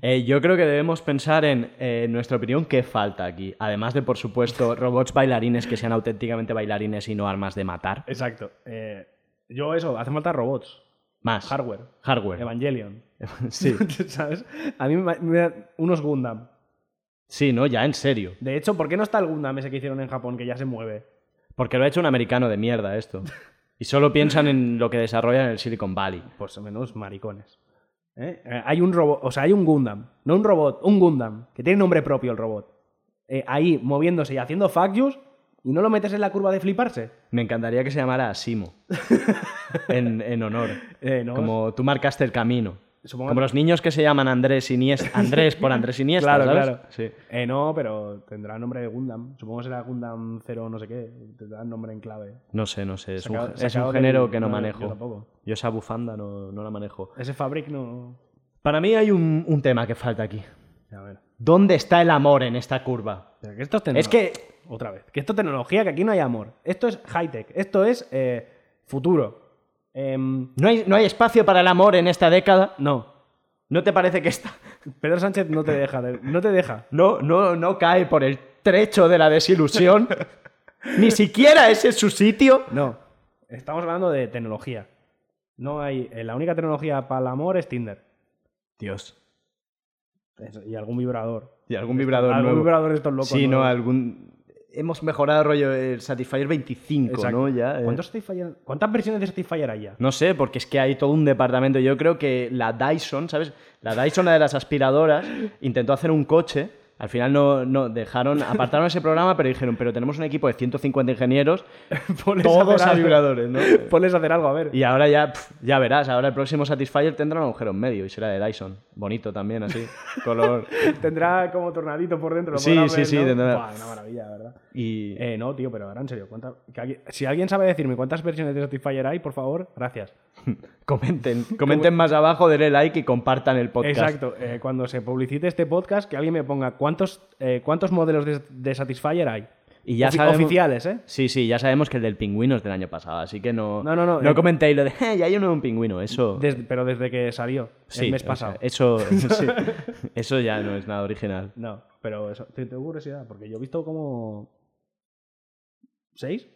[SPEAKER 3] eh, yo creo que debemos pensar en, eh, en nuestra opinión, qué falta aquí. Además de, por supuesto, robots bailarines que sean auténticamente bailarines y no armas de matar.
[SPEAKER 2] Exacto. Eh, yo eso, hacen falta robots.
[SPEAKER 3] Más.
[SPEAKER 2] Hardware.
[SPEAKER 3] Hardware.
[SPEAKER 2] Evangelion.
[SPEAKER 3] Sí.
[SPEAKER 2] ¿Sabes? A mí me, me da unos Gundam.
[SPEAKER 3] sí, no, ya en serio.
[SPEAKER 2] De hecho, ¿por qué no está el Gundam ese que hicieron en Japón que ya se mueve?
[SPEAKER 3] Porque lo ha hecho un americano de mierda esto. Y solo piensan en lo que desarrollan en el Silicon Valley.
[SPEAKER 2] Pues menos maricones. ¿Eh? Eh, Hay un robot, o sea, hay un Gundam, no un robot, un Gundam, que tiene nombre propio el robot. Eh, ahí moviéndose y haciendo fuck yous, y no lo metes en la curva de fliparse.
[SPEAKER 3] Me encantaría que se llamara Asimo. en, en honor.
[SPEAKER 2] Eh, no,
[SPEAKER 3] Como tú marcaste el camino.
[SPEAKER 2] Supongo-
[SPEAKER 3] Como los niños que se llaman Andrés Iniesta. Andrés por Andrés Iniesta.
[SPEAKER 2] Claro,
[SPEAKER 3] ¿sabes?
[SPEAKER 2] claro.
[SPEAKER 3] Sí.
[SPEAKER 2] Eh, no, pero tendrá nombre de Gundam. Supongo que será Gundam 0 no sé qué. Tendrá nombre en clave.
[SPEAKER 3] No sé, no sé. Es un,
[SPEAKER 2] Sacado-
[SPEAKER 3] es
[SPEAKER 2] sacado
[SPEAKER 3] un
[SPEAKER 2] del-
[SPEAKER 3] género que no,
[SPEAKER 2] no,
[SPEAKER 3] manejo.
[SPEAKER 2] yo tampoco.
[SPEAKER 3] Yo esa bufanda no, no la manejo.
[SPEAKER 2] Ese Fabric no...
[SPEAKER 3] Para mí hay un, un tema que falta aquí.
[SPEAKER 2] A ver.
[SPEAKER 3] ¿Dónde está el amor en esta curva?
[SPEAKER 2] Pero que esto es, tecno-
[SPEAKER 3] Es que.
[SPEAKER 2] Otra vez. Que esto es tecnología, que aquí no hay amor. Esto es high-tech. Esto es eh, futuro. Em,
[SPEAKER 3] No hay, no hay espacio para el amor en esta década.
[SPEAKER 2] no.
[SPEAKER 3] ¿No te parece que está.?
[SPEAKER 2] Pedro Sánchez no te deja. de- No te deja.
[SPEAKER 3] No, no, no cae por el trecho de la desilusión. Ni siquiera ese es su sitio.
[SPEAKER 2] No. Estamos hablando de tecnología. No hay. eh, la única tecnología para el amor es Tinder.
[SPEAKER 3] Dios.
[SPEAKER 2] Eso, Y algún vibrador.
[SPEAKER 3] Y algún vibrador
[SPEAKER 2] algún
[SPEAKER 3] nuevo.
[SPEAKER 2] vibrador de estos locos.
[SPEAKER 3] sí, no,
[SPEAKER 2] nuevos.
[SPEAKER 3] algún... Hemos mejorado rollo el Satisfyer 25,
[SPEAKER 2] Exacto.
[SPEAKER 3] ¿no? Ya, eh.
[SPEAKER 2] ¿Cuántos Satisfyer- ¿Cuántas versiones de Satisfyer hay ya?
[SPEAKER 3] No sé, porque es que hay todo un departamento. Yo creo que la Dyson, ¿sabes? La Dyson, la de las aspiradoras, intentó hacer un coche. Al final no, no dejaron, apartaron ese programa, pero dijeron, pero tenemos un equipo de 150 ingenieros,
[SPEAKER 2] Ponles
[SPEAKER 3] todos
[SPEAKER 2] hacer
[SPEAKER 3] a
[SPEAKER 2] algo.
[SPEAKER 3] vibradores, ¿no?
[SPEAKER 2] Ponles a hacer algo, a ver.
[SPEAKER 3] Y ahora ya, pf, ya verás, ahora el próximo Satisfyer tendrá un agujero en medio y será de Dyson. Bonito también, así, color.
[SPEAKER 2] Tendrá como tornadito por dentro. Lo
[SPEAKER 3] Sí,
[SPEAKER 2] podrás
[SPEAKER 3] sí,
[SPEAKER 2] ver,
[SPEAKER 3] sí,
[SPEAKER 2] ¿no?
[SPEAKER 3] tendrá-
[SPEAKER 2] Buah, una maravilla, la ¿verdad?
[SPEAKER 3] Y
[SPEAKER 2] Eh, no, tío, pero ahora en serio. ¿cuánta- que alguien- Si alguien sabe decirme cuántas versiones de Satisfyer hay, por favor, gracias.
[SPEAKER 3] comenten, comenten más abajo, denle like y compartan el podcast.
[SPEAKER 2] Exacto. eh, cuando se publicite este podcast, que alguien me ponga cuántos, eh, cuántos modelos de, de Satisfyer hay.
[SPEAKER 3] Y ya
[SPEAKER 2] Ofi-
[SPEAKER 3] sabemos-
[SPEAKER 2] Oficiales, ¿eh?
[SPEAKER 3] Sí, sí, ya sabemos que el del pingüino es del año pasado, así que no,
[SPEAKER 2] No, no, no, eh.
[SPEAKER 3] comentéis lo de, "Eh, ya hay uno de un pingüino, eso...
[SPEAKER 2] Desde- pero desde que salió
[SPEAKER 3] sí,
[SPEAKER 2] el mes
[SPEAKER 3] o
[SPEAKER 2] pasado.
[SPEAKER 3] sea, eh. eso, sí, eso ya no es nada original.
[SPEAKER 2] No, pero eso. te- Tengo curiosidad, porque yo he visto como. ¿Seis?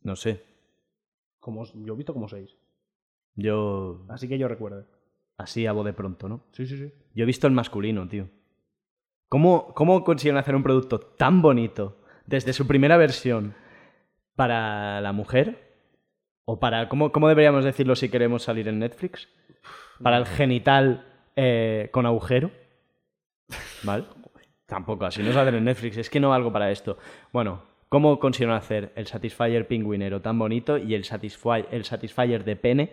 [SPEAKER 3] No sé,
[SPEAKER 2] Como, yo he visto como seis.
[SPEAKER 3] yo
[SPEAKER 2] Así que yo recuerdo.
[SPEAKER 3] así hago de pronto, ¿no?
[SPEAKER 2] Sí, sí, sí.
[SPEAKER 3] Yo he visto el masculino, tío. ¿Cómo, cómo consiguen hacer un producto tan bonito desde su primera versión para la mujer? ¿O para, cómo, cómo deberíamos decirlo si queremos salir en Netflix? ¿Para el genital eh, con agujero? ¿Vale? Tampoco, así no sale en Netflix, es que no valgo para esto. Bueno, ¿cómo consiguieron hacer el Satisfyer pingüinero tan bonito y el, Satisfy- el Satisfyer de pene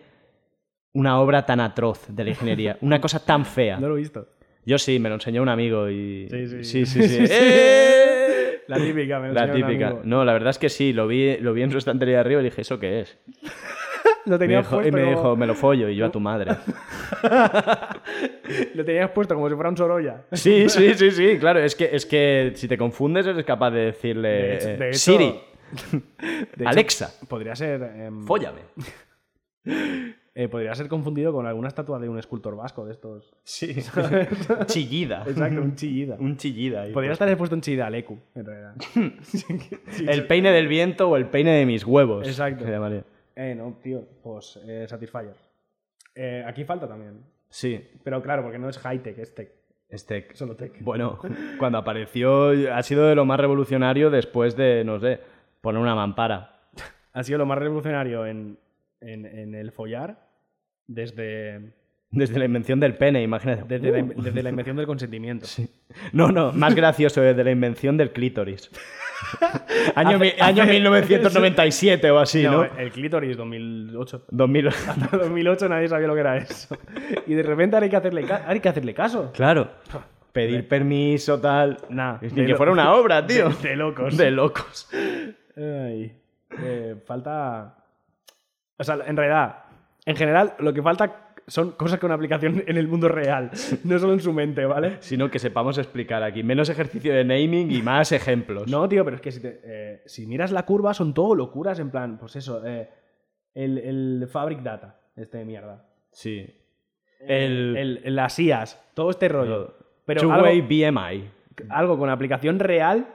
[SPEAKER 3] una obra tan atroz de la ingeniería? Una cosa tan fea.
[SPEAKER 2] No lo he visto.
[SPEAKER 3] Yo sí, me lo enseñó un amigo y...
[SPEAKER 2] Sí, sí.
[SPEAKER 3] sí. sí, sí.
[SPEAKER 2] Sí, sí.
[SPEAKER 3] ¡Eh!
[SPEAKER 2] La típica, me lo
[SPEAKER 3] La
[SPEAKER 2] enseñó un
[SPEAKER 3] típica.
[SPEAKER 2] amigo.
[SPEAKER 3] No, la verdad es que sí, lo vi, lo vi en su estantería de arriba y dije, ¿eso qué es?
[SPEAKER 2] Lo
[SPEAKER 3] Me
[SPEAKER 2] tenías
[SPEAKER 3] dijo- y
[SPEAKER 2] puesto
[SPEAKER 3] me
[SPEAKER 2] como-
[SPEAKER 3] dijo, me lo follo y yo a tu madre.
[SPEAKER 2] Lo tenías puesto como si fuera un Sorolla.
[SPEAKER 3] Sí, sí, sí, sí, claro. Es que, es que si te confundes eres capaz de decirle
[SPEAKER 2] De hecho-
[SPEAKER 3] eh,
[SPEAKER 2] de hecho-
[SPEAKER 3] Siri,
[SPEAKER 2] De hecho,
[SPEAKER 3] Alexa,
[SPEAKER 2] Podría ser. em,
[SPEAKER 3] fóllame.
[SPEAKER 2] eh, podría ser confundido con alguna estatua de un escultor vasco de estos.
[SPEAKER 3] Sí. Chillida.
[SPEAKER 2] Exacto, un chillida.
[SPEAKER 3] Un chillida. ahí,
[SPEAKER 2] Podría
[SPEAKER 3] pues.
[SPEAKER 2] estar expuesto un chillida Aleku, en realidad.
[SPEAKER 3] El peine del viento o el peine de mis huevos.
[SPEAKER 2] Exacto.
[SPEAKER 3] se llamaría.
[SPEAKER 2] Eh, no, tío, pues eh, Satisfyer. Eh, aquí falta también.
[SPEAKER 3] Sí,
[SPEAKER 2] Pero claro, porque no es high-tech, es tech.
[SPEAKER 3] este.
[SPEAKER 2] Solo tech.
[SPEAKER 3] Bueno, cuando apareció ha sido de lo más revolucionario después de, no sé, poner una mampara.
[SPEAKER 2] Ha sido lo más revolucionario en, en, en el follar desde,
[SPEAKER 3] Desde la invención del pene, imagínate.
[SPEAKER 2] desde, la,
[SPEAKER 3] Uh.
[SPEAKER 2] desde la invención del consentimiento.
[SPEAKER 3] No, no, más gracioso, desde la invención del clítoris. año mi- año 1997 o así, ¿no?
[SPEAKER 2] No, eh. El clítoris 2008.
[SPEAKER 3] 2000.
[SPEAKER 2] 2008 nadie sabía lo que era eso. Y de repente ahora hay que hacerle, ca- ahora hay que hacerle caso.
[SPEAKER 3] Claro. Pedir permiso, tal.
[SPEAKER 2] Nah,
[SPEAKER 3] Es
[SPEAKER 2] de
[SPEAKER 3] Ni que
[SPEAKER 2] lo-
[SPEAKER 3] fuera una obra, tío.
[SPEAKER 2] De, de locos.
[SPEAKER 3] De locos.
[SPEAKER 2] Ay, eh, falta. O sea, en realidad, en general, lo que falta son cosas con aplicación en el mundo real, no solo en su mente, ¿vale?
[SPEAKER 3] Sino que sepamos explicar aquí. Menos ejercicio de naming y más ejemplos.
[SPEAKER 2] No, tío, pero es que si, te- eh, si miras la curva, son todo locuras, en plan, pues eso, eh, el, el Fabric Data, este de mierda.
[SPEAKER 3] Sí. El.
[SPEAKER 2] El- las IAS, todo este rollo. Pero
[SPEAKER 3] Two-way
[SPEAKER 2] algo,
[SPEAKER 3] BMI.
[SPEAKER 2] algo con aplicación real,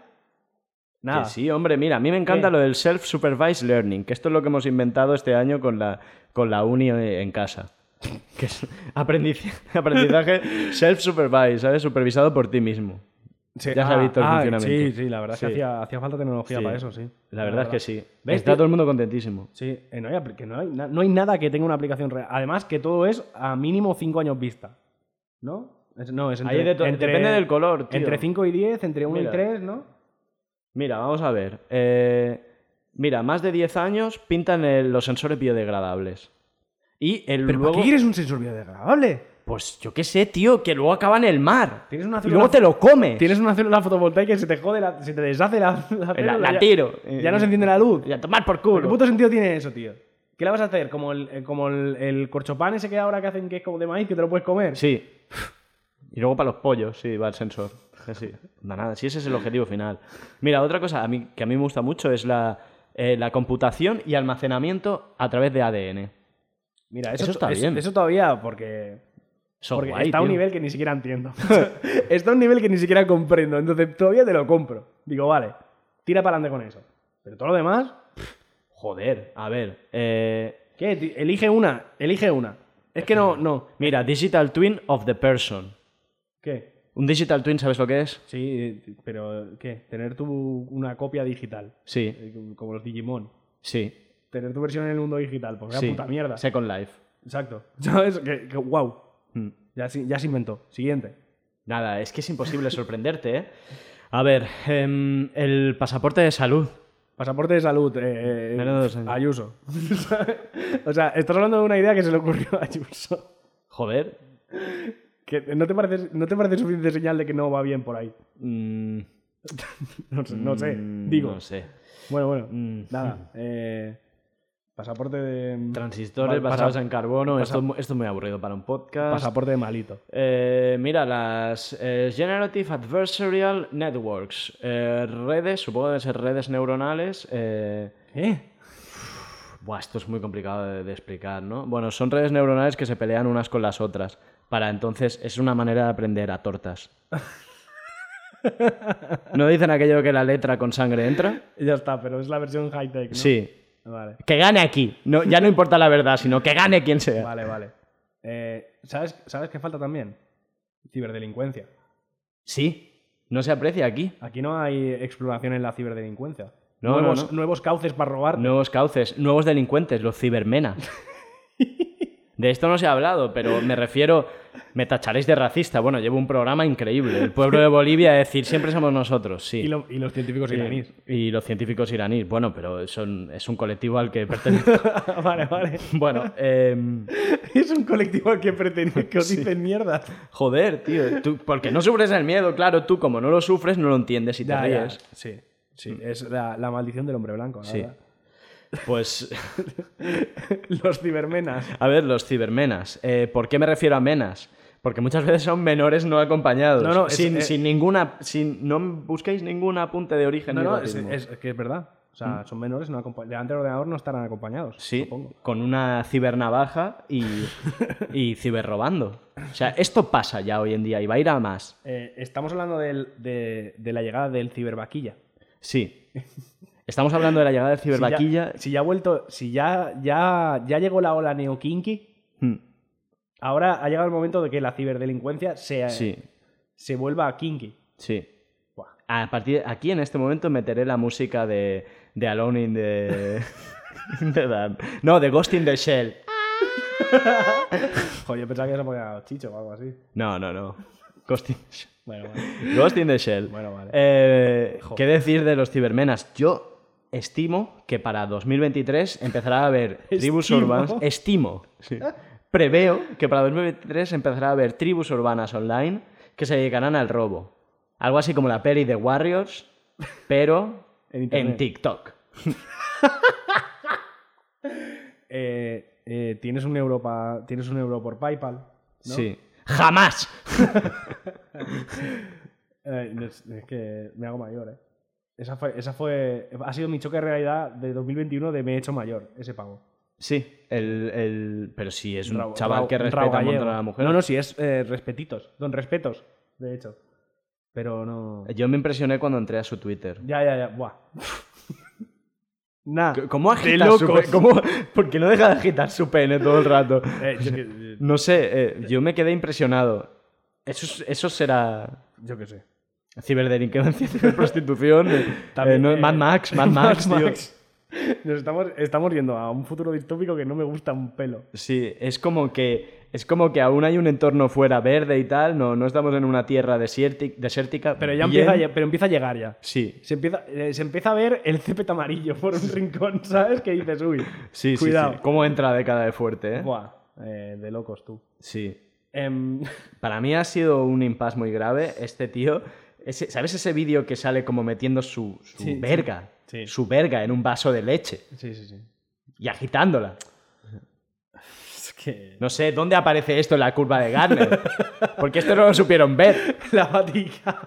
[SPEAKER 2] nada.
[SPEAKER 3] Que sí, hombre, mira, a mí me encanta
[SPEAKER 2] ¿Qué?
[SPEAKER 3] lo del self-supervised learning, que esto es lo que hemos inventado este año con la, con la uni en casa. Que es aprendiz- aprendizaje self-supervised, ¿sabes? Supervisado por ti mismo.
[SPEAKER 2] Sí, ah,
[SPEAKER 3] Ya se ha visto el funcionamiento.
[SPEAKER 2] Sí, sí, la verdad es
[SPEAKER 3] Sí.
[SPEAKER 2] que hacía, hacía falta tecnología
[SPEAKER 3] Sí.
[SPEAKER 2] para eso, sí.
[SPEAKER 3] La verdad es que sí.
[SPEAKER 2] ¿Ves,
[SPEAKER 3] Está
[SPEAKER 2] tío?
[SPEAKER 3] todo el mundo contentísimo.
[SPEAKER 2] Sí, eh, no, hay, apl- que no, hay na- no hay nada que tenga una aplicación real. Además, que todo es a mínimo 5 años vista. ¿No? Es- no, es entre,
[SPEAKER 3] Ahí de to-
[SPEAKER 2] entre-
[SPEAKER 3] depende del color, tío.
[SPEAKER 2] Entre 5 y 10, entre 1
[SPEAKER 3] Mira.
[SPEAKER 2] y 3, ¿no?
[SPEAKER 3] Mira, vamos a ver. Eh, mira, más de 10 años pintan el- los sensores biodegradables. Y el
[SPEAKER 2] Pero
[SPEAKER 3] luego...
[SPEAKER 2] ¿para qué quieres un sensor biodegradable?
[SPEAKER 3] Pues yo qué sé, tío, que luego acaba en el mar.
[SPEAKER 2] Tienes una
[SPEAKER 3] y luego
[SPEAKER 2] célula-
[SPEAKER 3] te lo comes.
[SPEAKER 2] Tienes una célula fotovoltaica y se te jode, la- se te deshace la, la,
[SPEAKER 3] La,
[SPEAKER 2] célula,
[SPEAKER 3] la
[SPEAKER 2] ya-
[SPEAKER 3] tiro.
[SPEAKER 2] Ya,
[SPEAKER 3] Eh,
[SPEAKER 2] no se enciende la luz.
[SPEAKER 3] Y a tomar por
[SPEAKER 2] ¿Qué
[SPEAKER 3] culo.
[SPEAKER 2] puto sentido tiene eso, tío? ¿Qué la vas a hacer? ¿Como el, eh, como el, el corchopán ese que ahora que hacen que es como de maíz que te lo puedes comer?
[SPEAKER 3] Sí. Y luego para los pollos, sí, va el sensor. Sí. Nada, nada, sí, ese es el objetivo final. Mira, otra cosa a mí, que a mí me gusta mucho es la, eh, la computación y almacenamiento a través de ADN.
[SPEAKER 2] Mira, eso,
[SPEAKER 3] Eso está
[SPEAKER 2] eso-
[SPEAKER 3] bien.
[SPEAKER 2] Eso todavía, porque
[SPEAKER 3] Eso
[SPEAKER 2] Porque
[SPEAKER 3] guay,
[SPEAKER 2] está a un
[SPEAKER 3] tío.
[SPEAKER 2] nivel que ni siquiera entiendo. está a un nivel que ni siquiera comprendo. Entonces todavía te lo compro. Digo, vale, tira para adelante con eso. Pero todo lo demás,
[SPEAKER 3] Joder, a ver. eh,
[SPEAKER 2] ¿qué? Ti- Elige una, elige una. Es que no, no.
[SPEAKER 3] mira, Digital Twin of the Person.
[SPEAKER 2] ¿Qué?
[SPEAKER 3] ¿Un Digital Twin sabes lo que es?
[SPEAKER 2] Sí, eh, pero ¿qué? Tener tu una copia digital.
[SPEAKER 3] Sí,
[SPEAKER 2] eh, como- Como los Digimon.
[SPEAKER 3] sí.
[SPEAKER 2] Tener tu versión en el mundo digital. Pues una
[SPEAKER 3] sí.
[SPEAKER 2] puta mierda.
[SPEAKER 3] Second Life.
[SPEAKER 2] Exacto. ¿Sabes? Que, que- wow.
[SPEAKER 3] Mm.
[SPEAKER 2] Ya, se- ya se inventó. Siguiente.
[SPEAKER 3] Nada, es que es imposible sorprenderte, ¿eh? A ver, em, el pasaporte de salud.
[SPEAKER 2] Pasaporte de salud. eh, eh,
[SPEAKER 3] Menudo diseño.
[SPEAKER 2] Ayuso. o sea, estás hablando de una idea que se le ocurrió a Ayuso.
[SPEAKER 3] Joder.
[SPEAKER 2] Que no te parece, no te parece suficiente señal de que no va bien por ahí.
[SPEAKER 3] mm,
[SPEAKER 2] No sé, no sé,
[SPEAKER 3] mm,
[SPEAKER 2] digo.
[SPEAKER 3] No sé.
[SPEAKER 2] Bueno, bueno,
[SPEAKER 3] Mm.
[SPEAKER 2] nada. eh, pasaporte de
[SPEAKER 3] Transistores
[SPEAKER 2] Pa-
[SPEAKER 3] basados
[SPEAKER 2] pasa-
[SPEAKER 3] en carbono. Esto, es mu- esto es muy aburrido para un podcast.
[SPEAKER 2] pasaporte de malito.
[SPEAKER 3] Eh, mira, las eh, Generative Adversarial Networks. eh, redes, supongo que deben ser redes neuronales. eh,
[SPEAKER 2] ¿Eh?
[SPEAKER 3] buah, esto es muy complicado de, de explicar, ¿no? Bueno, son redes neuronales que se pelean unas con las otras. Para entonces, es una manera de aprender a tortas. ¿No dicen aquello que la letra con sangre entra?
[SPEAKER 2] Ya está, pero es la versión high tech, ¿no?
[SPEAKER 3] Sí.
[SPEAKER 2] Vale,
[SPEAKER 3] Que gane aquí. No, ya no importa la verdad, sino que gane quien sea.
[SPEAKER 2] vale, vale. Eh, ¿sabes, ¿Sabes qué falta también? Ciberdelincuencia.
[SPEAKER 3] Sí, no se aprecia aquí.
[SPEAKER 2] Aquí no hay exploración en la ciberdelincuencia.
[SPEAKER 3] No, no,
[SPEAKER 2] nuevos,
[SPEAKER 3] no.
[SPEAKER 2] nuevos cauces para robar.
[SPEAKER 3] Nuevos cauces, nuevos delincuentes, los cibermenas. De esto no se ha hablado, pero me refiero Me tacharéis de racista. Bueno, llevo un programa increíble. El pueblo de Bolivia, es decir, siempre somos nosotros, sí.
[SPEAKER 2] Y, lo- y los científicos iraníes.
[SPEAKER 3] Y los científicos iraníes. Bueno, pero son, es un colectivo al que pertenece.
[SPEAKER 2] vale, vale.
[SPEAKER 3] bueno, em,
[SPEAKER 2] Es un colectivo al que pertenece que os dicen mierda.
[SPEAKER 3] joder, tío. tú- porque no sufres el miedo, claro. Tú, como no lo sufres, no lo entiendes y te
[SPEAKER 2] Ya, ya. Mm.
[SPEAKER 3] ríes.
[SPEAKER 2] Sí, sí. Es la, la maldición del hombre blanco, la
[SPEAKER 3] Sí.
[SPEAKER 2] verdad.
[SPEAKER 3] Pues,
[SPEAKER 2] Los cibermenas.
[SPEAKER 3] a ver, los cibermenas. Eh, ¿Por qué me refiero a menas? Porque muchas veces son menores no acompañados.
[SPEAKER 2] No, no, es-
[SPEAKER 3] sin,
[SPEAKER 2] eh,
[SPEAKER 3] sin ninguna. Sin, no busquéis ningún apunte de origen.
[SPEAKER 2] No,
[SPEAKER 3] ni
[SPEAKER 2] no, es,
[SPEAKER 3] racismo.
[SPEAKER 2] es- es que es verdad. O sea, son menores, no acompa- delante del ordenador no estarán acompañados.
[SPEAKER 3] Sí,
[SPEAKER 2] supongo.
[SPEAKER 3] con una cibernavaja y, y ciberrobando. O sea, esto pasa ya hoy en día y va a ir a más.
[SPEAKER 2] Eh, estamos hablando del- de, de la llegada del cibervaquilla.
[SPEAKER 3] Sí. Estamos hablando de la llegada del
[SPEAKER 2] Si ya-
[SPEAKER 3] cibervaquilla.
[SPEAKER 2] Si ya, ha vuelto, si ya, ya, ya llegó la ola neokinky,
[SPEAKER 3] Hmm,
[SPEAKER 2] ahora ha llegado el momento de que la ciberdelincuencia se,
[SPEAKER 3] Sí,
[SPEAKER 2] se vuelva kinky.
[SPEAKER 3] sí.
[SPEAKER 2] Buah.
[SPEAKER 3] A partir aquí en este momento meteré la música de, de Alone in the, in the Dark. No, de Ghost in the Shell.
[SPEAKER 2] Joder, yo pensaba que se ponía chicho o algo así.
[SPEAKER 3] No, no, no. Ghost in the Shell.
[SPEAKER 2] Bueno, bueno.
[SPEAKER 3] Ghost in the Shell.
[SPEAKER 2] Bueno, vale.
[SPEAKER 3] Eh, ¿Qué decir de los cibermenas? Yo estimo que para 2023 empezará a haber tribus
[SPEAKER 2] Estimo.
[SPEAKER 3] urbanas. Estimo.
[SPEAKER 2] Eh,
[SPEAKER 3] Preveo que para 2023 empezará a haber tribus urbanas online que se dedicarán al robo. Algo así como la peli de Warriors, pero
[SPEAKER 2] En
[SPEAKER 3] en,
[SPEAKER 2] internet.
[SPEAKER 3] TikTok.
[SPEAKER 2] Eh, eh, tienes un euro pa- tienes un euro por PayPal. ¿no?
[SPEAKER 3] Sí. ¡Jamás!
[SPEAKER 2] Eh, es, es que me hago mayor, eh. Esa fue, esa fue. Ha sido mi choque de realidad de 2021 de me he hecho mayor, ese pago.
[SPEAKER 3] Sí, el, el- pero sí, es un
[SPEAKER 2] Rao-
[SPEAKER 3] chaval
[SPEAKER 2] Rao-
[SPEAKER 3] que
[SPEAKER 2] Rao
[SPEAKER 3] respeta un montón
[SPEAKER 2] Gallego.
[SPEAKER 3] a la mujer.
[SPEAKER 2] No, no, sí, es eh, respetitos. Don Respetos, de hecho. Pero no.
[SPEAKER 3] Yo me impresioné cuando entré a su Twitter.
[SPEAKER 2] Ya, ya, ya. Buah. nah.
[SPEAKER 3] C- ¿Cómo agita
[SPEAKER 2] locos.
[SPEAKER 3] su pe- cómo- Porque no deja de agitar su pene todo el rato.
[SPEAKER 2] Eh, yo, que,
[SPEAKER 3] No sé, eh, yo me quedé impresionado. Eso, es- eso será
[SPEAKER 2] yo qué sé.
[SPEAKER 3] ciberdelincuencia, ciberprostitución. eh,
[SPEAKER 2] También,
[SPEAKER 3] eh, no,
[SPEAKER 2] eh,
[SPEAKER 3] Mad Max, Mad Max, tío.
[SPEAKER 2] Nos estamos, estamos yendo a un futuro distópico que no me gusta un pelo.
[SPEAKER 3] Sí, es como que. Es como que aún hay un entorno fuera verde y tal, no, no estamos en una tierra desierti- desértica.
[SPEAKER 2] Pero ya
[SPEAKER 3] bien.
[SPEAKER 2] empieza, a lle- pero empieza a llegar ya.
[SPEAKER 3] Sí,
[SPEAKER 2] Se empieza, eh, se empieza a ver el césped amarillo por un rincón, ¿sabes? Que dices, uy.
[SPEAKER 3] sí, sí, sí.
[SPEAKER 2] cuidado.
[SPEAKER 3] ¿Cómo entra década de fuerte, eh?
[SPEAKER 2] Buah, eh, de locos tú.
[SPEAKER 3] Sí.
[SPEAKER 2] Em,
[SPEAKER 3] Para mí ha sido un impasse muy grave este tío. Ese- ¿Sabes ese vídeo que sale como metiendo su, su
[SPEAKER 2] Sí, sí.
[SPEAKER 3] verga?
[SPEAKER 2] Sí.
[SPEAKER 3] Su verga en un vaso de leche
[SPEAKER 2] sí, sí, sí.
[SPEAKER 3] y agitándola.
[SPEAKER 2] Es que.
[SPEAKER 3] No sé, ¿dónde aparece esto en la curva de Garner? Porque esto no lo supieron ver.
[SPEAKER 2] La Vaticao.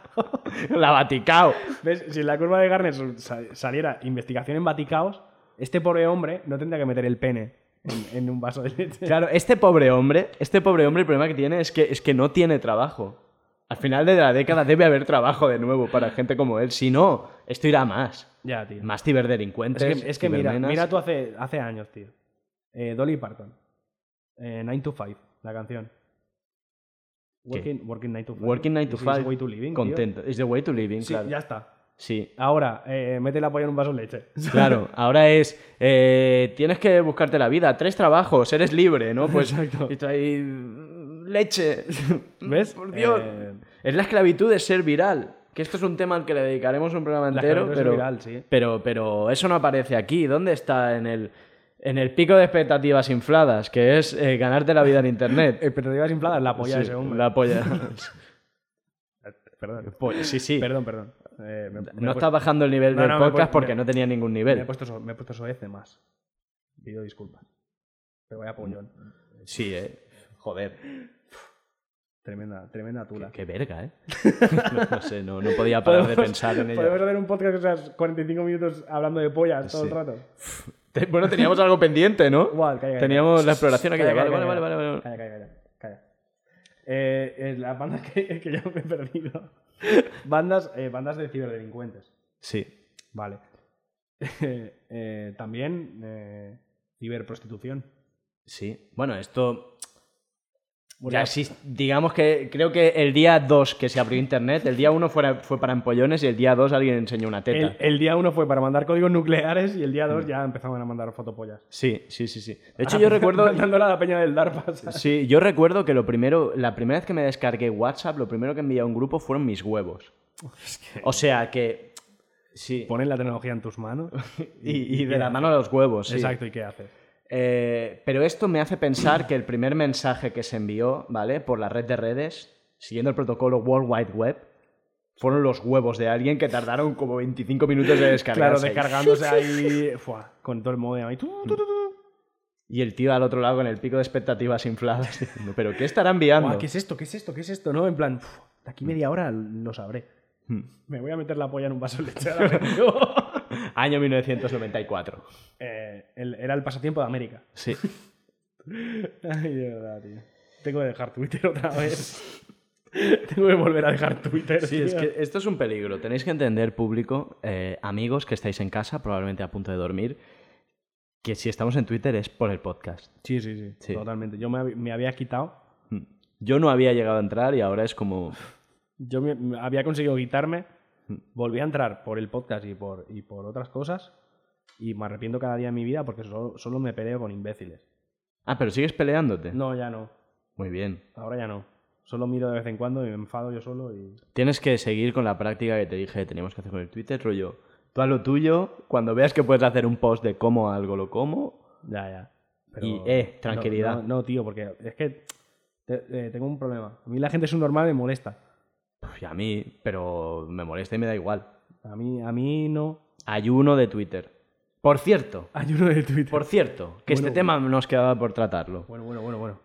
[SPEAKER 3] La Vaticao.
[SPEAKER 2] ¿Ves? Si en la curva de Garner sal- saliera investigación en Vaticaos, este pobre hombre no tendría que meter el pene en, en un vaso de leche.
[SPEAKER 3] Claro, este pobre hombre, este pobre hombre, el problema que tiene es que, es que no tiene trabajo. Al final de la década debe haber trabajo de nuevo para gente como él. Si no, esto irá a más.
[SPEAKER 2] Ya, tío.
[SPEAKER 3] Más
[SPEAKER 2] Es
[SPEAKER 3] ciberdelincuentes.
[SPEAKER 2] que, es que mira,
[SPEAKER 3] cibermenas.
[SPEAKER 2] mira tú hace, hace años, tío. Eh, Dolly Parton. Eh, 9 to 5, la canción. Working, working 9 to 5.
[SPEAKER 3] Working 9 to
[SPEAKER 2] This is the
[SPEAKER 3] 5.
[SPEAKER 2] way to living, tío.
[SPEAKER 3] contento. Es the way to living,
[SPEAKER 2] Sí,
[SPEAKER 3] claro.
[SPEAKER 2] ya está.
[SPEAKER 3] Sí.
[SPEAKER 2] Ahora, eh, mete la polla en un vaso de leche.
[SPEAKER 3] Claro, ahora es, eh, tienes que buscarte la vida, tres trabajos, eres libre, ¿no? Pues
[SPEAKER 2] Exacto.
[SPEAKER 3] y tú ahí, mm, leche.
[SPEAKER 2] ¿Ves?
[SPEAKER 3] Mm, Por Dios.
[SPEAKER 2] Eh,
[SPEAKER 3] Es la esclavitud de ser viral. Que esto es un tema al que le dedicaremos un programa
[SPEAKER 2] La
[SPEAKER 3] entero,
[SPEAKER 2] esclavitud de ser
[SPEAKER 3] pero,
[SPEAKER 2] viral, sí. Eh,
[SPEAKER 3] pero, pero eso no aparece aquí. ¿Dónde está en el, en el pico de expectativas infladas, que es eh, ganarte la vida en Internet?
[SPEAKER 2] Expectativas infladas, la polla de
[SPEAKER 3] Sí,
[SPEAKER 2] ese hombre.
[SPEAKER 3] La polla.
[SPEAKER 2] Perdón.
[SPEAKER 3] Pues, sí, sí.
[SPEAKER 2] Perdón, perdón. Eh, me- me he
[SPEAKER 3] no
[SPEAKER 2] puesto-
[SPEAKER 3] está bajando el nivel
[SPEAKER 2] No,
[SPEAKER 3] del
[SPEAKER 2] no, me he
[SPEAKER 3] podcast
[SPEAKER 2] puesto-
[SPEAKER 3] porque
[SPEAKER 2] me-
[SPEAKER 3] no tenía ningún
[SPEAKER 2] Me he
[SPEAKER 3] nivel.
[SPEAKER 2] puesto, so- me he puesto soez de más. Pido disculpas. Pero vaya pollón.
[SPEAKER 3] Sí, eh. Joder.
[SPEAKER 2] Tremenda, tremenda tula.
[SPEAKER 3] Qué verga, ¿eh? no, no sé, no, no podía parar de pensar en
[SPEAKER 2] Podemos
[SPEAKER 3] ello.
[SPEAKER 2] hacer un podcast que seas 45 minutos hablando de pollas todo el
[SPEAKER 3] Sí.
[SPEAKER 2] rato.
[SPEAKER 3] Te- Bueno, teníamos algo pendiente, ¿no?
[SPEAKER 2] Igual, calla, calla.
[SPEAKER 3] Teníamos la exploración aquí.
[SPEAKER 2] Calla,
[SPEAKER 3] Vale,
[SPEAKER 2] calla,
[SPEAKER 3] vale, vale,
[SPEAKER 2] calla.
[SPEAKER 3] vale, vale.
[SPEAKER 2] Calla, calla, calla. calla. Eh, eh, las bandas que, que yo me he perdido. bandas, eh, bandas de ciberdelincuentes.
[SPEAKER 3] Sí.
[SPEAKER 2] Vale. Eh, eh, también eh, ciberprostitución.
[SPEAKER 3] Sí. Bueno, esto. Ya exist- digamos que creo que el día 2 que se abrió internet, el día 1 fue, fue para empollones y el día 2 alguien enseñó una teta.
[SPEAKER 2] El, el día uno fue para mandar códigos nucleares y el día dos ya empezaban a mandar fotopollas.
[SPEAKER 3] Sí, sí, sí, sí. Mm. De
[SPEAKER 2] Ah,
[SPEAKER 3] hecho, yo recuerdo.
[SPEAKER 2] Mandándola a la peña del DARPA. ¿sabes?
[SPEAKER 3] Sí, yo recuerdo que lo primero, la primera vez que me descargué WhatsApp, lo primero que envié a un grupo fueron mis huevos. O sea que. Sí.
[SPEAKER 2] Ponen la tecnología en tus manos.
[SPEAKER 3] Y, y de la mano a los huevos, sí.
[SPEAKER 2] Exacto, ¿y qué haces?
[SPEAKER 3] Eh, pero esto me hace pensar que el primer mensaje que se envió, ¿vale? Por la red de redes, siguiendo el protocolo World Wide Web, fueron los huevos de alguien que tardaron como 25 minutos de
[SPEAKER 2] Claro,
[SPEAKER 3] descargarse.
[SPEAKER 2] descargándose ahí fuá, con todo el modem ahí. tu, tu, tu, tu.
[SPEAKER 3] Y el tío al otro lado con el pico de expectativas infladas diciendo, ¿pero qué estará enviando?
[SPEAKER 2] Buah, ¿Qué es esto? ¿Qué es esto? ¿Qué es esto? ¿No? En plan, "Uf, de aquí media hora lo sabré. Me voy a meter la polla en un vaso de leche. ahora vengo.
[SPEAKER 3] Año 1994.
[SPEAKER 2] Eh, el- era el pasatiempo de América.
[SPEAKER 3] Sí.
[SPEAKER 2] Ay, de verdad, tío. Tengo que dejar Twitter otra vez. Tengo que volver a dejar Twitter.
[SPEAKER 3] Sí,
[SPEAKER 2] tío.
[SPEAKER 3] es que esto es un peligro. Tenéis que entender, público, eh, amigos que estáis en casa, probablemente a punto de dormir, que si estamos en Twitter es por el podcast.
[SPEAKER 2] sí, sí, sí,
[SPEAKER 3] Sí.
[SPEAKER 2] Totalmente. Yo me, hab- me había quitado.
[SPEAKER 3] Yo no había llegado a entrar y ahora es como...
[SPEAKER 2] Yo me- me había conseguido quitarme.
[SPEAKER 3] Mm.
[SPEAKER 2] Volví a entrar por el podcast y por, y por otras cosas. Y me arrepiento cada día de mi vida porque solo, solo me peleo con imbéciles.
[SPEAKER 3] Ah, pero sigues peleándote.
[SPEAKER 2] No, ya no.
[SPEAKER 3] Muy bien.
[SPEAKER 2] Ahora ya no. Solo miro de vez en cuando y me enfado yo solo y...
[SPEAKER 3] Tienes que seguir con la práctica que te dije que teníamos que hacer con el Twitter, rollo. Tú haz lo tuyo, cuando veas que puedes hacer un post de cómo algo lo como...
[SPEAKER 2] Ya, ya.
[SPEAKER 3] Y, eh, tranquilidad.
[SPEAKER 2] No, no, no, tío, porque es que te- eh, tengo un problema. A mí la gente subnormal me molesta.
[SPEAKER 3] pf, y a mí, pero me molesta y me da igual.
[SPEAKER 2] A mí, a mí no.
[SPEAKER 3] Ayuno de Twitter. Por cierto,
[SPEAKER 2] Hay uno de Twitter.
[SPEAKER 3] por cierto, que este
[SPEAKER 2] Bueno,
[SPEAKER 3] tema nos quedaba por tratarlo.
[SPEAKER 2] Bueno, bueno, bueno, bueno.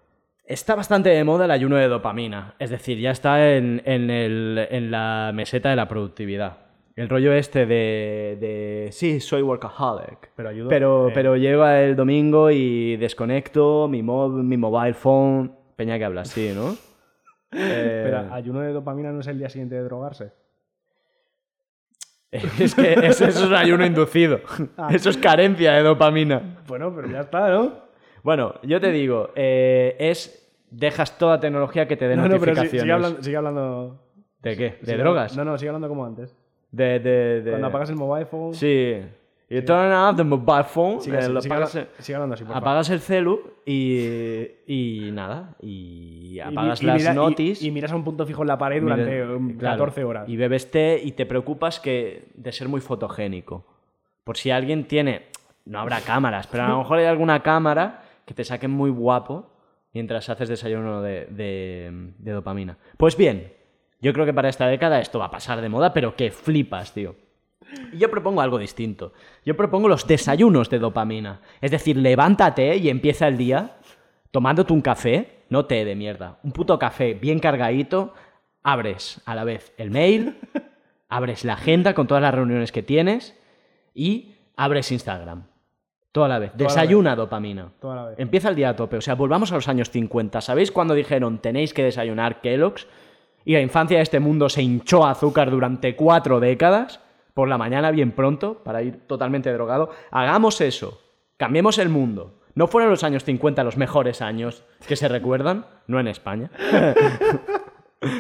[SPEAKER 3] Está bastante de moda el ayuno de dopamina, es decir, ya está en, en el- en la meseta de la productividad. El rollo este de, de, sí, soy workaholic,
[SPEAKER 2] Pero ayudo-
[SPEAKER 3] pero,
[SPEAKER 2] eh.
[SPEAKER 3] pero lleva el domingo y desconecto mi, mob- mi mobile phone, peña que habla así, ¿no? Eh,
[SPEAKER 2] Espera, ah. ayuno de dopamina no es el día siguiente de drogarse.
[SPEAKER 3] es que eso es un ayuno inducido,
[SPEAKER 2] Ah.
[SPEAKER 3] eso es carencia de dopamina.
[SPEAKER 2] Bueno, pero ya está, ¿no?
[SPEAKER 3] Bueno, yo te digo, eh, es dejas toda tecnología que te dé
[SPEAKER 2] No, no, pero sí-
[SPEAKER 3] notificaciones.
[SPEAKER 2] sigue hablando. Sigue hablando
[SPEAKER 3] ¿De qué? ¿De
[SPEAKER 2] sigue-
[SPEAKER 3] drogas?
[SPEAKER 2] No, no, sigue hablando como antes.
[SPEAKER 3] De, de, de-
[SPEAKER 2] Cuando apagas el mobile phone.
[SPEAKER 3] Sí. You turn off the mobile phone.
[SPEAKER 2] Sigue,
[SPEAKER 3] eh,
[SPEAKER 2] así,
[SPEAKER 3] lo
[SPEAKER 2] sigue
[SPEAKER 3] apagas,
[SPEAKER 2] habla- sigue hablando así, por favor.
[SPEAKER 3] apagas el celu y, y nada. Y
[SPEAKER 2] Y-
[SPEAKER 3] apagas
[SPEAKER 2] y
[SPEAKER 3] las
[SPEAKER 2] mira- y-
[SPEAKER 3] notis.
[SPEAKER 2] Y, miras a un punto fijo en la pared
[SPEAKER 3] mira-
[SPEAKER 2] durante um,
[SPEAKER 3] claro,
[SPEAKER 2] 14 horas.
[SPEAKER 3] Y bebes té y te preocupas que, de ser muy fotogénico. Por si alguien tiene... No habrá cámaras, pero a lo mejor hay alguna cámara que te saque muy guapo mientras haces desayuno de, de- de dopamina. Pues bien, yo creo que para esta década esto va a pasar de moda, pero que flipas, tío. Y Yo propongo algo distinto. Yo propongo los desayunos de dopamina. Es decir, levántate y empieza el día tomándote un café, no té de mierda, un puto café bien cargadito, abres a la vez el mail, abres la agenda con todas las reuniones que tienes y abres Instagram. Toda la vez.
[SPEAKER 2] la vez.
[SPEAKER 3] Desayuna dopamina.
[SPEAKER 2] Toda la vez.
[SPEAKER 3] Empieza el día a tope. O sea, volvamos a los años 50. ¿Sabéis cuando dijeron tenéis que desayunar Kellogg's? Y la infancia de este mundo se hinchó a azúcar durante cuatro décadas. Por la mañana, bien pronto, para ir totalmente drogado. Hagamos eso. Cambiemos el mundo. No fueron los años 50 los mejores años que se recuerdan. No en España.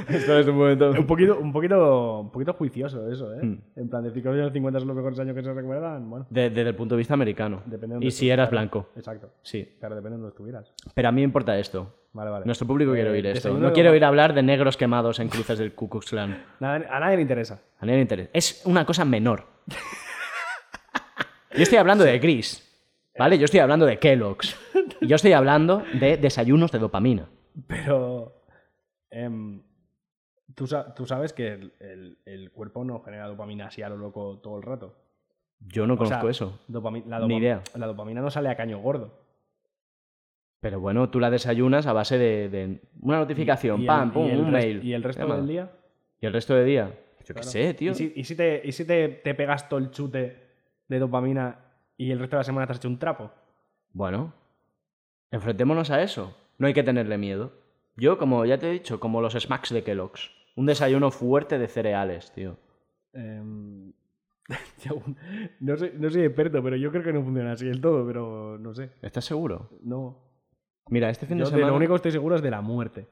[SPEAKER 3] Esto es un momento.
[SPEAKER 2] Un poquito, un poquito, un poquito juicioso eso, ¿eh?
[SPEAKER 3] Hmm.
[SPEAKER 2] En plan, decir que los años 50 son los mejores años que se recuerdan, bueno,
[SPEAKER 3] De- desde el punto de vista americano.
[SPEAKER 2] depende de dónde
[SPEAKER 3] Y si
[SPEAKER 2] estés,
[SPEAKER 3] eras
[SPEAKER 2] claro.
[SPEAKER 3] blanco.
[SPEAKER 2] Exacto.
[SPEAKER 3] Sí.
[SPEAKER 2] Claro, depende de dónde estuvieras.
[SPEAKER 3] Pero a mí me importa esto.
[SPEAKER 2] Vale, vale.
[SPEAKER 3] Nuestro público quiere
[SPEAKER 2] Eh,
[SPEAKER 3] oír esto.
[SPEAKER 2] desayuno
[SPEAKER 3] No
[SPEAKER 2] de
[SPEAKER 3] quiero
[SPEAKER 2] dopamina.
[SPEAKER 3] oír hablar de negros quemados en cruces del Ku Klux Klan.
[SPEAKER 2] Nada- a nadie le interesa.
[SPEAKER 3] A nadie le interesa. Es una cosa menor. Yo estoy hablando de gris, ¿vale? Yo estoy hablando de Kellogg's. Y Yo estoy hablando de desayunos de dopamina.
[SPEAKER 2] Pero. em, tú, sa- tú sabes que el, el- el cuerpo no genera dopamina así a lo loco todo el rato.
[SPEAKER 3] Yo no
[SPEAKER 2] O sea,
[SPEAKER 3] conozco eso.
[SPEAKER 2] dopami- la
[SPEAKER 3] Ni
[SPEAKER 2] dopami-
[SPEAKER 3] idea.
[SPEAKER 2] La dopamina no sale a caño gordo.
[SPEAKER 3] Pero bueno, tú la desayunas a base de, de una notificación, pam,
[SPEAKER 2] el,
[SPEAKER 3] pum,
[SPEAKER 2] el
[SPEAKER 3] un
[SPEAKER 2] rest-
[SPEAKER 3] mail.
[SPEAKER 2] ¿Y el resto
[SPEAKER 3] Llama.
[SPEAKER 2] del día?
[SPEAKER 3] ¿Y el resto del día? Yo qué sé, tío.
[SPEAKER 2] ¿Y si, y si te, y si te, te pegas todo el chute de dopamina y el resto de la semana te has hecho un trapo?
[SPEAKER 3] Bueno, enfrentémonos a eso. No hay que tenerle miedo. Yo, como ya te he dicho, como los smacks de Kellogg's. Un desayuno fuerte de cereales, tío.
[SPEAKER 2] Em, ya un- no, soy, no soy experto, pero yo creo que no funciona así del todo, pero no sé.
[SPEAKER 3] ¿Estás seguro?
[SPEAKER 2] No.
[SPEAKER 3] Mira, este fin
[SPEAKER 2] Yo
[SPEAKER 3] de
[SPEAKER 2] de
[SPEAKER 3] semana.
[SPEAKER 2] lo único que estoy seguro es de la muerte.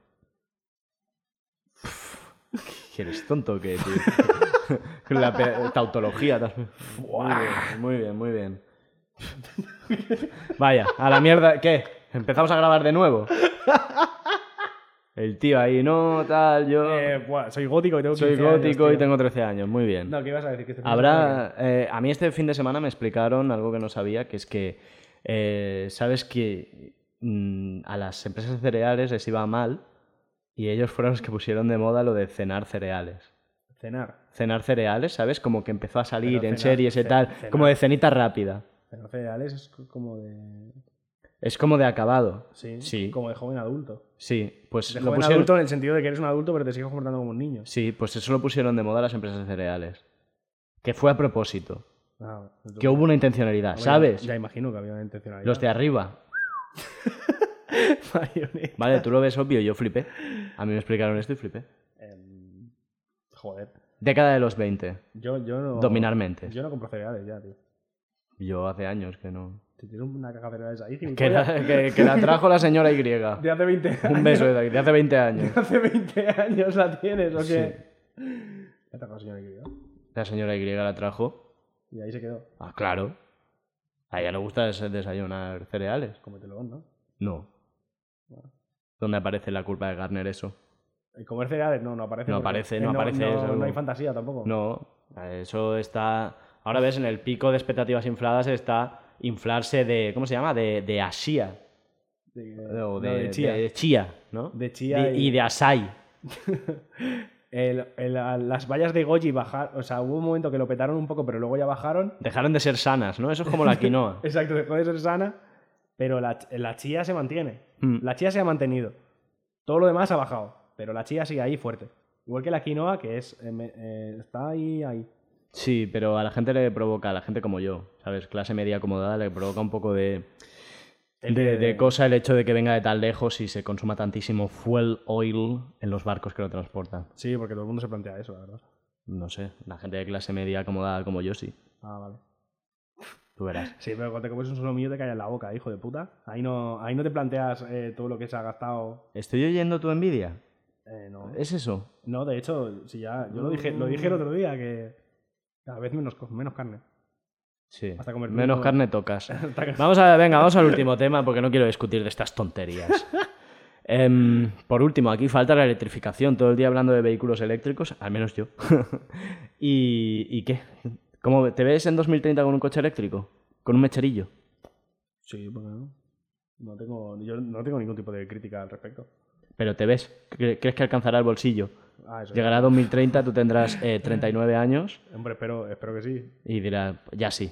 [SPEAKER 3] ¿Que ¿Eres tonto o qué, tío? Con La pe- tautología. te has- Muy bien, muy bien, muy bien. Vaya, a la mierda. ¿Qué? ¿Empezamos a grabar de nuevo? El tío ahí, no, tal, yo.
[SPEAKER 2] Eh, buah, soy gótico y tengo
[SPEAKER 3] Ah. Soy
[SPEAKER 2] 15 años,
[SPEAKER 3] gótico y
[SPEAKER 2] tío.
[SPEAKER 3] tengo 13 años, muy bien.
[SPEAKER 2] No, ¿qué ibas a decir? Que este fin de semana
[SPEAKER 3] Habrá. eh, a mí este fin de semana me explicaron algo que no sabía, que es que. eh, Sabes que mm, a las empresas de cereales les iba mal y ellos fueron los que pusieron de moda lo de cenar cereales.
[SPEAKER 2] que- Cenar.
[SPEAKER 3] Cenar cereales, ¿sabes? Como que empezó a salir
[SPEAKER 2] Pero
[SPEAKER 3] en
[SPEAKER 2] cenar-
[SPEAKER 3] series y
[SPEAKER 2] ce-
[SPEAKER 3] tal,
[SPEAKER 2] cenar.
[SPEAKER 3] como de cenita rápida.
[SPEAKER 2] Cenar cereales es c- como de...
[SPEAKER 3] Es como de acabado.
[SPEAKER 2] Sí,
[SPEAKER 3] Sí.
[SPEAKER 2] Como de joven adulto.
[SPEAKER 3] Sí, pues
[SPEAKER 2] De
[SPEAKER 3] lo
[SPEAKER 2] joven
[SPEAKER 3] pusieron.
[SPEAKER 2] adulto en el sentido de que eres un adulto pero te sigues comportando como un niño.
[SPEAKER 3] Sí, pues eso lo pusieron de moda las empresas de cereales. Que fue a propósito.
[SPEAKER 2] Ah, entonces-
[SPEAKER 3] Que hubo una intencionalidad,
[SPEAKER 2] Hombre,
[SPEAKER 3] ¿sabes?
[SPEAKER 2] Ya imagino que había una intencionalidad.
[SPEAKER 3] Los de arriba,
[SPEAKER 2] Marioneta.
[SPEAKER 3] Vale, tú lo ves obvio, yo flipé. A mí me explicaron esto y flipé.
[SPEAKER 2] Em, joder.
[SPEAKER 3] Década de los 20.
[SPEAKER 2] Yo, yo no...
[SPEAKER 3] Dominar mentes.
[SPEAKER 2] Yo no compro cereales ya, tío.
[SPEAKER 3] Yo hace años que no.
[SPEAKER 2] Si tienes una caja de cereales ahí...
[SPEAKER 3] Que
[SPEAKER 2] gilipollas,
[SPEAKER 3] la, que- que la trajo la señora Y.
[SPEAKER 2] De hace 20 años.
[SPEAKER 3] Un beso de, de hace 20 años.
[SPEAKER 2] De hace 20 años la tienes, ¿o qué?
[SPEAKER 3] Sí.
[SPEAKER 2] Ya te acabo, señor Iglesias.
[SPEAKER 3] La señora Y la trajo.
[SPEAKER 2] Y ahí se quedó.
[SPEAKER 3] Ah, claro. A ella le gusta des- desayunar cereales.
[SPEAKER 2] Cómetelo, ¿no?
[SPEAKER 3] No. ¿Dónde aparece la culpa de Garner eso?
[SPEAKER 2] El comer cereales no, no aparece.
[SPEAKER 3] No
[SPEAKER 2] porque-
[SPEAKER 3] aparece,
[SPEAKER 2] eh,
[SPEAKER 3] no aparece
[SPEAKER 2] No,
[SPEAKER 3] eso.
[SPEAKER 2] no hay fantasía tampoco.
[SPEAKER 3] No. Eso está... Ahora ves, en el pico de expectativas infladas está inflarse de... ¿Cómo se llama? De, de Asia.
[SPEAKER 2] De,
[SPEAKER 3] O
[SPEAKER 2] no,
[SPEAKER 3] de,
[SPEAKER 2] de chía.
[SPEAKER 3] de chía, ¿no?
[SPEAKER 2] De chía
[SPEAKER 3] Di-
[SPEAKER 2] y-
[SPEAKER 3] y de Asai.
[SPEAKER 2] El- el- a- las vallas de Goji bajaron. O sea, hubo un momento que lo petaron un poco, pero luego ya bajaron.
[SPEAKER 3] Dejaron de ser sanas, ¿no? Eso es como la quinoa.
[SPEAKER 2] Exacto, dejó de ser sana. Pero la, ch- la chía se mantiene.
[SPEAKER 3] Mm.
[SPEAKER 2] La chía se ha mantenido. Todo lo demás ha bajado. Pero la chía sigue ahí fuerte. Igual que la quinoa, que es eh, me- eh, está ahí, ahí.
[SPEAKER 3] Sí, pero a la gente le provoca, a la gente como yo, ¿sabes? Clase media acomodada le provoca un poco de,
[SPEAKER 2] El
[SPEAKER 3] de,
[SPEAKER 2] que-
[SPEAKER 3] de cosa el hecho de que venga de tan lejos y se consuma tantísimo fuel oil en los barcos que lo transportan.
[SPEAKER 2] Sí, porque todo el mundo se plantea eso, la verdad.
[SPEAKER 3] No sé, la gente de clase media acomodada como yo sí.
[SPEAKER 2] Ah, vale.
[SPEAKER 3] Tú verás.
[SPEAKER 2] Sí, pero cuando te comes un solo mío te cae en la boca, hijo de puta. Ahí no, ahí no te planteas eh, todo lo que se ha gastado.
[SPEAKER 3] ¿Estoy oyendo tu envidia?
[SPEAKER 2] Eh, no.
[SPEAKER 3] ¿Es eso?
[SPEAKER 2] no, de hecho, si ya, yo lo dije, lo dije el otro día, que cada vez menos, co- menos carne.
[SPEAKER 3] Sí.
[SPEAKER 2] Hasta comer
[SPEAKER 3] Menos
[SPEAKER 2] todo.
[SPEAKER 3] carne tocas.
[SPEAKER 2] Hasta que-
[SPEAKER 3] Vamos a, venga, vamos al último tema porque no quiero discutir de estas tonterías. Em, por último, aquí falta la electrificación. Todo el día hablando de vehículos eléctricos, al menos yo. ¿Y, y qué? ¿Cómo te ves en 2030 con un coche eléctrico? ¿Con un mecherillo?
[SPEAKER 2] Sí, porque no. No tengo, yo no tengo ningún tipo de crítica al respecto.
[SPEAKER 3] ¿Pero te ves? ¿Cre- ¿Crees que alcanzará el bolsillo?
[SPEAKER 2] Ah, eso.
[SPEAKER 3] Llegará 2030, tú tendrás eh, 39 años
[SPEAKER 2] Hombre, espero, espero que sí.
[SPEAKER 3] y dirás, ya sí.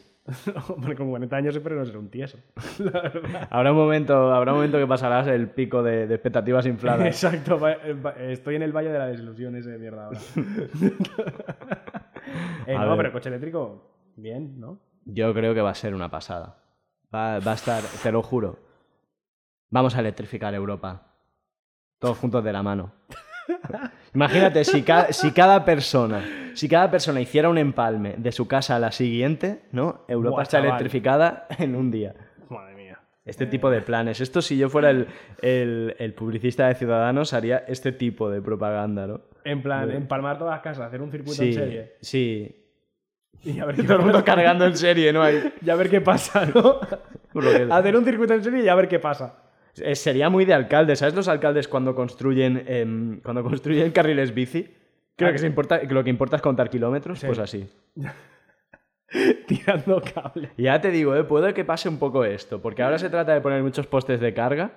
[SPEAKER 2] Hombre, con 40 años espero no ser un tieso. La verdad.
[SPEAKER 3] Habrá un momento, habrá un momento que pasarás el pico de, de expectativas infladas.
[SPEAKER 2] Exacto, va- eh, va- estoy en el valle de la desilusión ese de mierda ahora. Eh,
[SPEAKER 3] A
[SPEAKER 2] no,
[SPEAKER 3] ver.
[SPEAKER 2] pero el coche eléctrico, bien, ¿no?
[SPEAKER 3] Yo creo que va a ser una pasada. Va, va a estar, te lo juro. Vamos a electrificar Europa. Todos juntos de la mano. Imagínate si, ca- si cada persona, si cada persona hiciera un empalme de su casa a la siguiente, ¿no? Europa
[SPEAKER 2] Buah,
[SPEAKER 3] está
[SPEAKER 2] chaval.
[SPEAKER 3] electrificada en un día.
[SPEAKER 2] Madre mía.
[SPEAKER 3] Este tipo de planes. Esto si yo fuera el, el- el publicista de Ciudadanos haría este tipo de propaganda, ¿no?
[SPEAKER 2] En plan, empalmar todas las casas, hacer un circuito en
[SPEAKER 3] Sí,
[SPEAKER 2] serie.
[SPEAKER 3] sí.
[SPEAKER 2] Y a ver, qué
[SPEAKER 3] Todo el mundo
[SPEAKER 2] pasa.
[SPEAKER 3] cargando en serie, ¿no? Ahí.
[SPEAKER 2] Y a ver qué pasa, ¿no?
[SPEAKER 3] Por lo que-
[SPEAKER 2] hacer un circuito en serie y a ver qué pasa.
[SPEAKER 3] Eh, Sería muy de alcalde, ¿sabes? Los alcaldes cuando construyen, em, cuando construyen carriles bici, creo
[SPEAKER 2] Ah,
[SPEAKER 3] que, se importa, que lo que importa es contar kilómetros, pues así.
[SPEAKER 2] Tirando cable.
[SPEAKER 3] Y Ya te digo, eh, puede que pase un poco esto, porque ahora se trata de poner muchos postes de carga,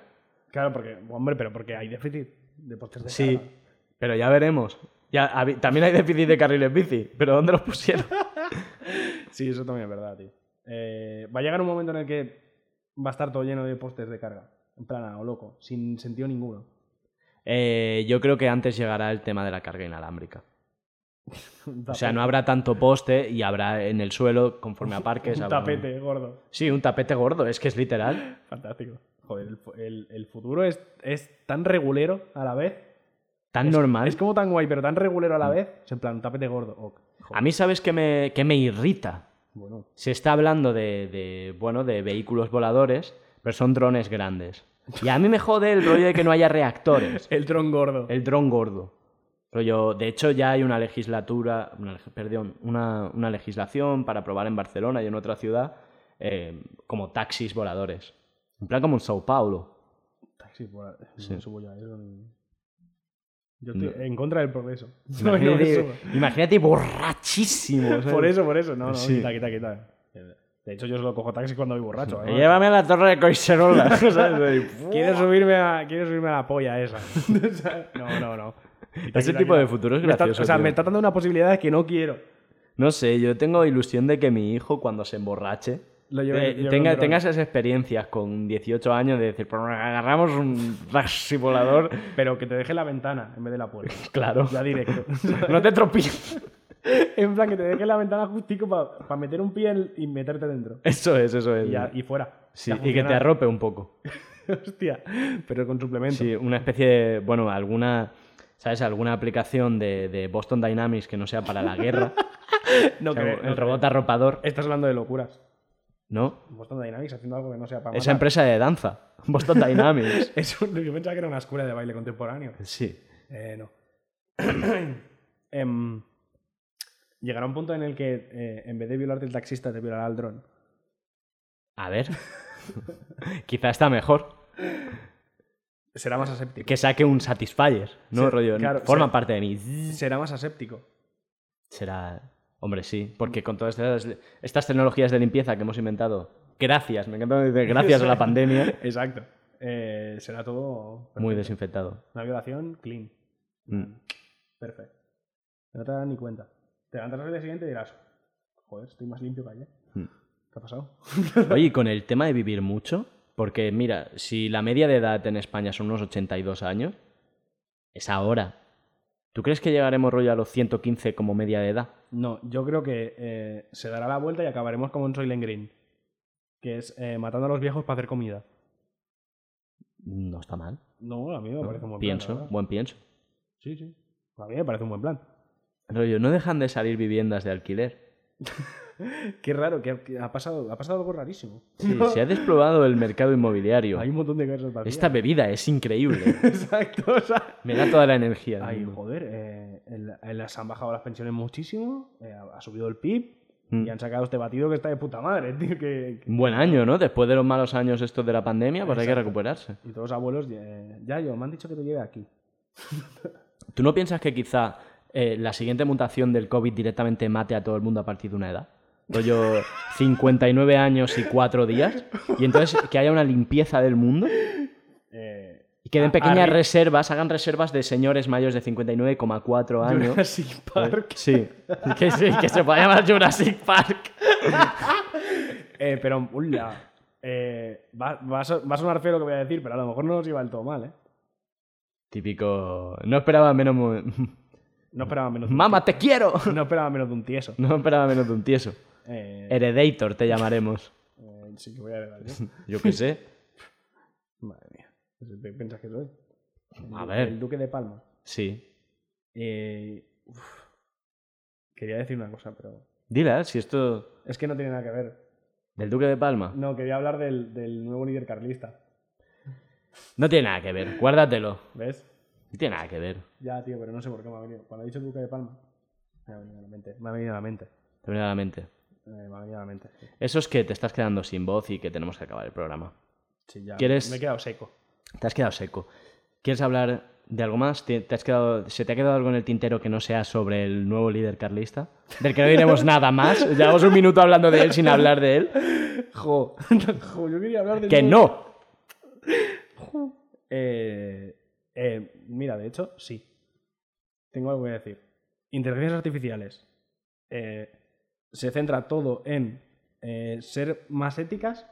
[SPEAKER 2] Claro, porque, hombre, pero porque hay déficit de postes de
[SPEAKER 3] sí,
[SPEAKER 2] carga.
[SPEAKER 3] pero ya veremos. Ya, habi- también hay déficit de carriles bici, pero ¿dónde los pusieron?
[SPEAKER 2] Sí, eso también es verdad, tío. Eh, va a llegar un momento en el que va a estar todo lleno de postes de carga. En plan, a lo loco, sin sentido ninguno.
[SPEAKER 3] Eh, yo creo que antes llegará el tema de la carga inalámbrica. O sea, no habrá tanto poste y habrá en el suelo, conforme a parques...
[SPEAKER 2] Un
[SPEAKER 3] habrá-
[SPEAKER 2] tapete gordo.
[SPEAKER 3] Sí, un tapete gordo, es que es literal.
[SPEAKER 2] Fantástico. Joder, el, fu- el- el futuro es, es tan regulero a la vez.
[SPEAKER 3] Tan normal. Mm.
[SPEAKER 2] Es como tan guay, pero tan regulero a la vez. Es en plan, un tapete gordo. ok.
[SPEAKER 3] A mí, ¿sabes qué me, qué me irrita?
[SPEAKER 2] Bueno,
[SPEAKER 3] Se está hablando de, de, bueno, de vehículos voladores, pero son drones grandes. Y a mí me jode el rollo de que no haya reactores.
[SPEAKER 2] El tron gordo.
[SPEAKER 3] El dron gordo. Rollo, de hecho, ya hay una legislatura, una leg- perdón, una, una legislación para probar en Barcelona y en otra ciudad eh, como taxis voladores. En plan como en Sao Paulo.
[SPEAKER 2] Taxi por no
[SPEAKER 3] Sí.
[SPEAKER 2] subo yo a eso ni- Yo estoy
[SPEAKER 3] No.
[SPEAKER 2] en contra del progreso. No, no me
[SPEAKER 3] Imagínate,
[SPEAKER 2] subo.
[SPEAKER 3] imagínate borrachísimo. ¿sabes?
[SPEAKER 2] Por eso, por eso. No, no,
[SPEAKER 3] Sí.
[SPEAKER 2] quita, quita, quita. De hecho, yo solo cojo taxi cuando voy borracho. además.
[SPEAKER 3] Llévame a la torre de Coixerola. ¿sabes?
[SPEAKER 2] Quiero subirme, a, quiero subirme a la polla esa. O sea, no, no, no. Quita,
[SPEAKER 3] Ese
[SPEAKER 2] quita,
[SPEAKER 3] tipo
[SPEAKER 2] quita.
[SPEAKER 3] de futuro es
[SPEAKER 2] Me está-
[SPEAKER 3] gracioso,
[SPEAKER 2] o sea,
[SPEAKER 3] tío.
[SPEAKER 2] me está dando una posibilidad que no quiero.
[SPEAKER 3] No sé, yo tengo ilusión de que mi hijo cuando se emborrache
[SPEAKER 2] Lo lleve-
[SPEAKER 3] eh,
[SPEAKER 2] lleve
[SPEAKER 3] tenga,
[SPEAKER 2] un dron.
[SPEAKER 3] tenga esas experiencias con 18 años de decir, "Pues agarramos un taxi volador.
[SPEAKER 2] Pero que te deje la ventana en vez de la puerta.
[SPEAKER 3] Claro.
[SPEAKER 2] Ya directo.
[SPEAKER 3] No te tropieces.
[SPEAKER 2] en plan, que te deje la ventana justico para meter un pie en- y meterte dentro.
[SPEAKER 3] Eso es, eso es.
[SPEAKER 2] Y, ya- y fuera.
[SPEAKER 3] Sí,
[SPEAKER 2] Ya
[SPEAKER 3] y que te
[SPEAKER 2] funciona.
[SPEAKER 3] arrope un poco.
[SPEAKER 2] Hostia. Pero con suplemento.
[SPEAKER 3] Sí, una especie de, bueno, alguna, ¿sabes? Alguna aplicación de, de Boston Dynamics que no sea para la guerra.
[SPEAKER 2] No
[SPEAKER 3] O sea,
[SPEAKER 2] creo, no
[SPEAKER 3] el
[SPEAKER 2] creo.
[SPEAKER 3] robot arropador,
[SPEAKER 2] Estás hablando de locuras.
[SPEAKER 3] ¿no?
[SPEAKER 2] Boston Dynamics haciendo algo que no sea para
[SPEAKER 3] Esa
[SPEAKER 2] matar.
[SPEAKER 3] empresa de danza, Boston Dynamics.
[SPEAKER 2] Es un- yo pensaba que era una escuela de baile contemporáneo.
[SPEAKER 3] Sí.
[SPEAKER 2] Eh, no. Em, llegará un punto en el que eh, en vez de violarte el taxista te violará el dron.
[SPEAKER 3] A ver. Quizá está mejor.
[SPEAKER 2] Será más aséptico.
[SPEAKER 3] Que saque un Satisfyer, ¿no?
[SPEAKER 2] Sí,
[SPEAKER 3] Rollo,
[SPEAKER 2] claro,
[SPEAKER 3] forman
[SPEAKER 2] sí.
[SPEAKER 3] parte de mí.
[SPEAKER 2] Será más aséptico.
[SPEAKER 3] Será. Hombre, sí, porque con todas estas, estas tecnologías de limpieza que hemos inventado, gracias, me encanta cuando dice gracias a la pandemia,
[SPEAKER 2] Exacto. Eh, será todo
[SPEAKER 3] muy
[SPEAKER 2] perfecto.
[SPEAKER 3] desinfectado.
[SPEAKER 2] Una violación clean.
[SPEAKER 3] Mm.
[SPEAKER 2] Perfecto. No te das ni cuenta. Te levantas al día siguiente y dirás, joder, estoy más limpio que ayer.
[SPEAKER 3] Hmm.
[SPEAKER 2] ¿Qué ha pasado?
[SPEAKER 3] Oye, y con el tema de vivir mucho, porque mira, si la media de edad en España son unos 82 años, es ahora. ¿Tú crees que llegaremos rollo a los 115 como media de edad?
[SPEAKER 2] No, yo creo que eh, se dará la vuelta y acabaremos como en Soylent Green. Que es eh, matando a los viejos para hacer comida.
[SPEAKER 3] No está mal.
[SPEAKER 2] No, a mí me
[SPEAKER 3] ¿no?
[SPEAKER 2] parece un buen
[SPEAKER 3] pienso,
[SPEAKER 2] plan. la verdad.
[SPEAKER 3] buen pienso.
[SPEAKER 2] Sí, sí. A mí me parece un buen plan.
[SPEAKER 3] Rollo, no dejan de salir viviendas de alquiler.
[SPEAKER 2] Qué raro, que ha- que ha pasado, ha pasado algo rarísimo.
[SPEAKER 3] Sí, se ha desplomado el mercado inmobiliario.
[SPEAKER 2] Hay un montón de cosas vacías.
[SPEAKER 3] Esta bebida es increíble.
[SPEAKER 2] Exacto, o sea...
[SPEAKER 3] Me da toda la energía. del
[SPEAKER 2] Ay,
[SPEAKER 3] mundo.
[SPEAKER 2] joder, eh, en- en las han bajado las pensiones muchísimo, eh, ha- ha subido el PIB
[SPEAKER 3] Mm.
[SPEAKER 2] y han sacado este batido que está de puta madre, tío, que- que-
[SPEAKER 3] Un buen año, ¿no? Después de los malos años estos de la pandemia, pues hay que
[SPEAKER 2] Exacto.
[SPEAKER 3] recuperarse.
[SPEAKER 2] Y todos los abuelos, eh, ya yo, me han dicho que te lleve aquí.
[SPEAKER 3] ¿Tú no piensas que quizá eh, la siguiente mutación del COVID directamente mate a todo el mundo a partir de una edad? Rollo 59 años y 4 días. Y entonces que haya una limpieza del mundo.
[SPEAKER 2] Eh,
[SPEAKER 3] Y que den
[SPEAKER 2] A-
[SPEAKER 3] pequeñas
[SPEAKER 2] arri-
[SPEAKER 3] reservas, hagan reservas de señores mayores de 59,4 años.
[SPEAKER 2] Jurassic Park.
[SPEAKER 3] Sí. Que, sí, que se pueda llamar Jurassic Park.
[SPEAKER 2] Eh, pero, ula, eh, va, va a so- va a sonar feo lo que voy a decir, pero a lo mejor no nos iba del todo mal, ¿eh?
[SPEAKER 3] Típico. No esperaba menos. mo-
[SPEAKER 2] No esperaba menos de un
[SPEAKER 3] ¡Mamá, te quiero!
[SPEAKER 2] tieso. No esperaba menos de un tieso.
[SPEAKER 3] No esperaba menos de un tieso.
[SPEAKER 2] Eh,
[SPEAKER 3] Heredator te llamaremos.
[SPEAKER 2] eh, sí que voy a heredar yo.
[SPEAKER 3] Yo qué sé.
[SPEAKER 2] Madre mía. Pues, ¿Qué piensas que soy? El
[SPEAKER 3] A
[SPEAKER 2] du-
[SPEAKER 3] ver.
[SPEAKER 2] El duque de Palma.
[SPEAKER 3] Sí.
[SPEAKER 2] Eh, uf. Quería decir una cosa, pero...
[SPEAKER 3] Dila, eh, si esto.
[SPEAKER 2] Es que no tiene nada que ver.
[SPEAKER 3] Del Duque de Palma.
[SPEAKER 2] No, quería hablar del, del nuevo líder carlista.
[SPEAKER 3] No tiene nada que ver, guárdatelo.
[SPEAKER 2] ¿Ves?
[SPEAKER 3] No tiene nada que ver.
[SPEAKER 2] Ya, tío, pero no sé por qué me ha venido. Cuando he dicho Duque de Palma, me ha venido a la mente. Me ha venido a la mente.
[SPEAKER 3] Verdaderamente.
[SPEAKER 2] Eh, me ha venido a la mente.
[SPEAKER 3] Eso es que te estás quedando sin voz y que tenemos que acabar el programa.
[SPEAKER 2] Sí, ya.
[SPEAKER 3] ¿Quieres-
[SPEAKER 2] Me he quedado seco.
[SPEAKER 3] Te has quedado seco. ¿Quieres hablar de algo más? ¿Te, te has quedado, ¿Se te ha quedado algo en el tintero que no sea sobre el nuevo líder carlista? Del que no diremos nada más. Llevamos un minuto hablando de él sin hablar de él.
[SPEAKER 2] Jo. jo, yo quería hablar de.
[SPEAKER 3] ¡Que no!
[SPEAKER 2] Eh, eh, mira, de hecho, sí. Tengo algo que decir. Inteligencias artificiales. Eh, se centra todo en eh, ser más éticas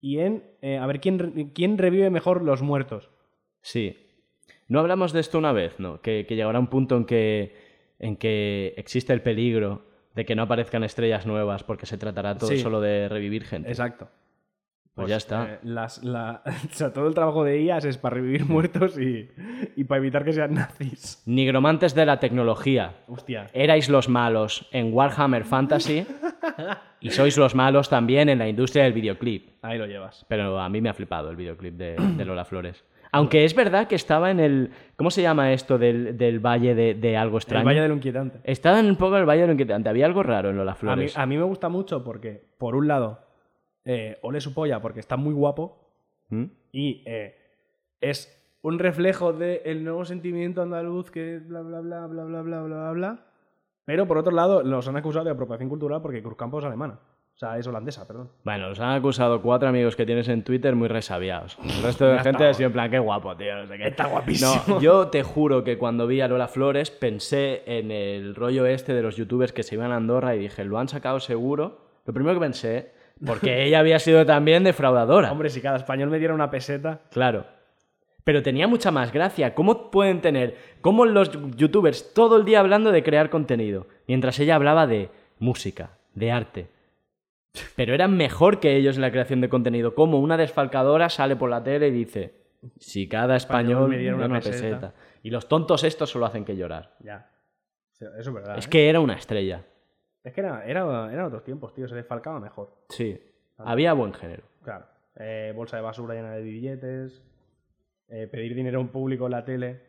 [SPEAKER 2] y en eh, a ver quién, re- quién revive mejor los muertos.
[SPEAKER 3] Sí. No hablamos de esto una vez, ¿no? Que, que llegará un punto en que, en que existe el peligro de que no aparezcan estrellas nuevas porque se tratará todo
[SPEAKER 2] Sí.
[SPEAKER 3] solo de revivir gente.
[SPEAKER 2] Exacto.
[SPEAKER 3] Pues ya está.
[SPEAKER 2] eh, las- la- o sea, todo el trabajo de IAS es para revivir muertos y, y para evitar que sean nazis.
[SPEAKER 3] Nigromantes de la tecnología.
[SPEAKER 2] Hostia.
[SPEAKER 3] Erais los malos en Warhammer Fantasy y sois los malos también en la industria del videoclip.
[SPEAKER 2] Ahí lo llevas.
[SPEAKER 3] Pero a mí me ha flipado el videoclip de, de Lola Flores. Aunque es verdad que estaba en el. ¿Cómo se llama esto del, del valle de, de algo extraño?
[SPEAKER 2] El Valle del Inquietante.
[SPEAKER 3] Estaba en un poco el valle de lo inquietante. Había algo raro en Lola
[SPEAKER 2] A mí,
[SPEAKER 3] Flores.
[SPEAKER 2] a mí me gusta mucho porque, por un lado, eh, ole su polla porque está muy guapo
[SPEAKER 3] ¿Mm?
[SPEAKER 2] y eh, es un reflejo del nuevo sentimiento andaluz que bla bla bla bla bla bla bla bla. Pero por otro lado, los han acusado de apropiación cultural porque Cruzcampo es alemana. O sea, es holandesa, perdón.
[SPEAKER 3] Bueno, los han acusado cuatro amigos que tienes en Twitter muy resabiados. El resto de
[SPEAKER 2] Ya
[SPEAKER 3] gente
[SPEAKER 2] está.
[SPEAKER 3] ha sido en plan, qué guapo, tío, no sé qué.
[SPEAKER 2] Está guapísimo.
[SPEAKER 3] No, yo te juro que cuando vi a Lola Flores pensé en el rollo este de los youtubers que se iban a Andorra y dije, lo han sacado seguro. Lo primero que pensé, porque ella había sido también defraudadora.
[SPEAKER 2] Hombre, si cada español me diera una peseta.
[SPEAKER 3] Claro. Pero tenía mucha más gracia. ¿Cómo pueden tener, cómo los youtubers todo el día hablando de crear contenido, mientras ella hablaba de música, de arte? Pero eran mejor que ellos en la creación de contenido. Como una desfalcadora sale por la tele y dice, si cada español me diera una, peseta. Y los tontos estos solo hacen que llorar.
[SPEAKER 2] Ya. O sea, Eso es verdad.
[SPEAKER 3] Es
[SPEAKER 2] ¿eh?
[SPEAKER 3] que era una estrella.
[SPEAKER 2] Es que era, era- eran otros tiempos, tío. Se desfalcaba mejor.
[SPEAKER 3] Sí. Había buen género.
[SPEAKER 2] Claro. Eh, bolsa de basura llena de billetes. eh, pedir dinero a un público en la tele.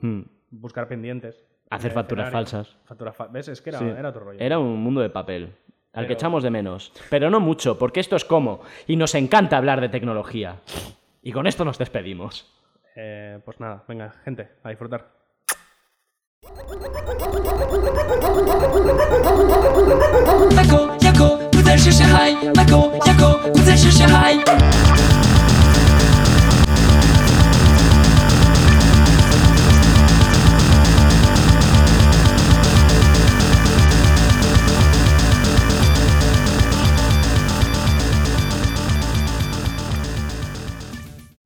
[SPEAKER 3] Hmm.
[SPEAKER 2] Buscar pendientes.
[SPEAKER 3] Hacer
[SPEAKER 2] eh,
[SPEAKER 3] facturas
[SPEAKER 2] escenarios,
[SPEAKER 3] falsas.
[SPEAKER 2] Facturas fa- ¿Ves? Es que era,
[SPEAKER 3] Sí.
[SPEAKER 2] era otro rollo.
[SPEAKER 3] Era un mundo de papel, al que
[SPEAKER 2] Pero-
[SPEAKER 3] echamos de menos. Pero no mucho, porque esto es como, y nos encanta hablar de tecnología. Y con esto nos despedimos.
[SPEAKER 2] Eh, pues nada, venga, gente, a disfrutar.
[SPEAKER 4] Michael, Jaco, 不再是小孩。Michael, Jaco, 不再是小孩。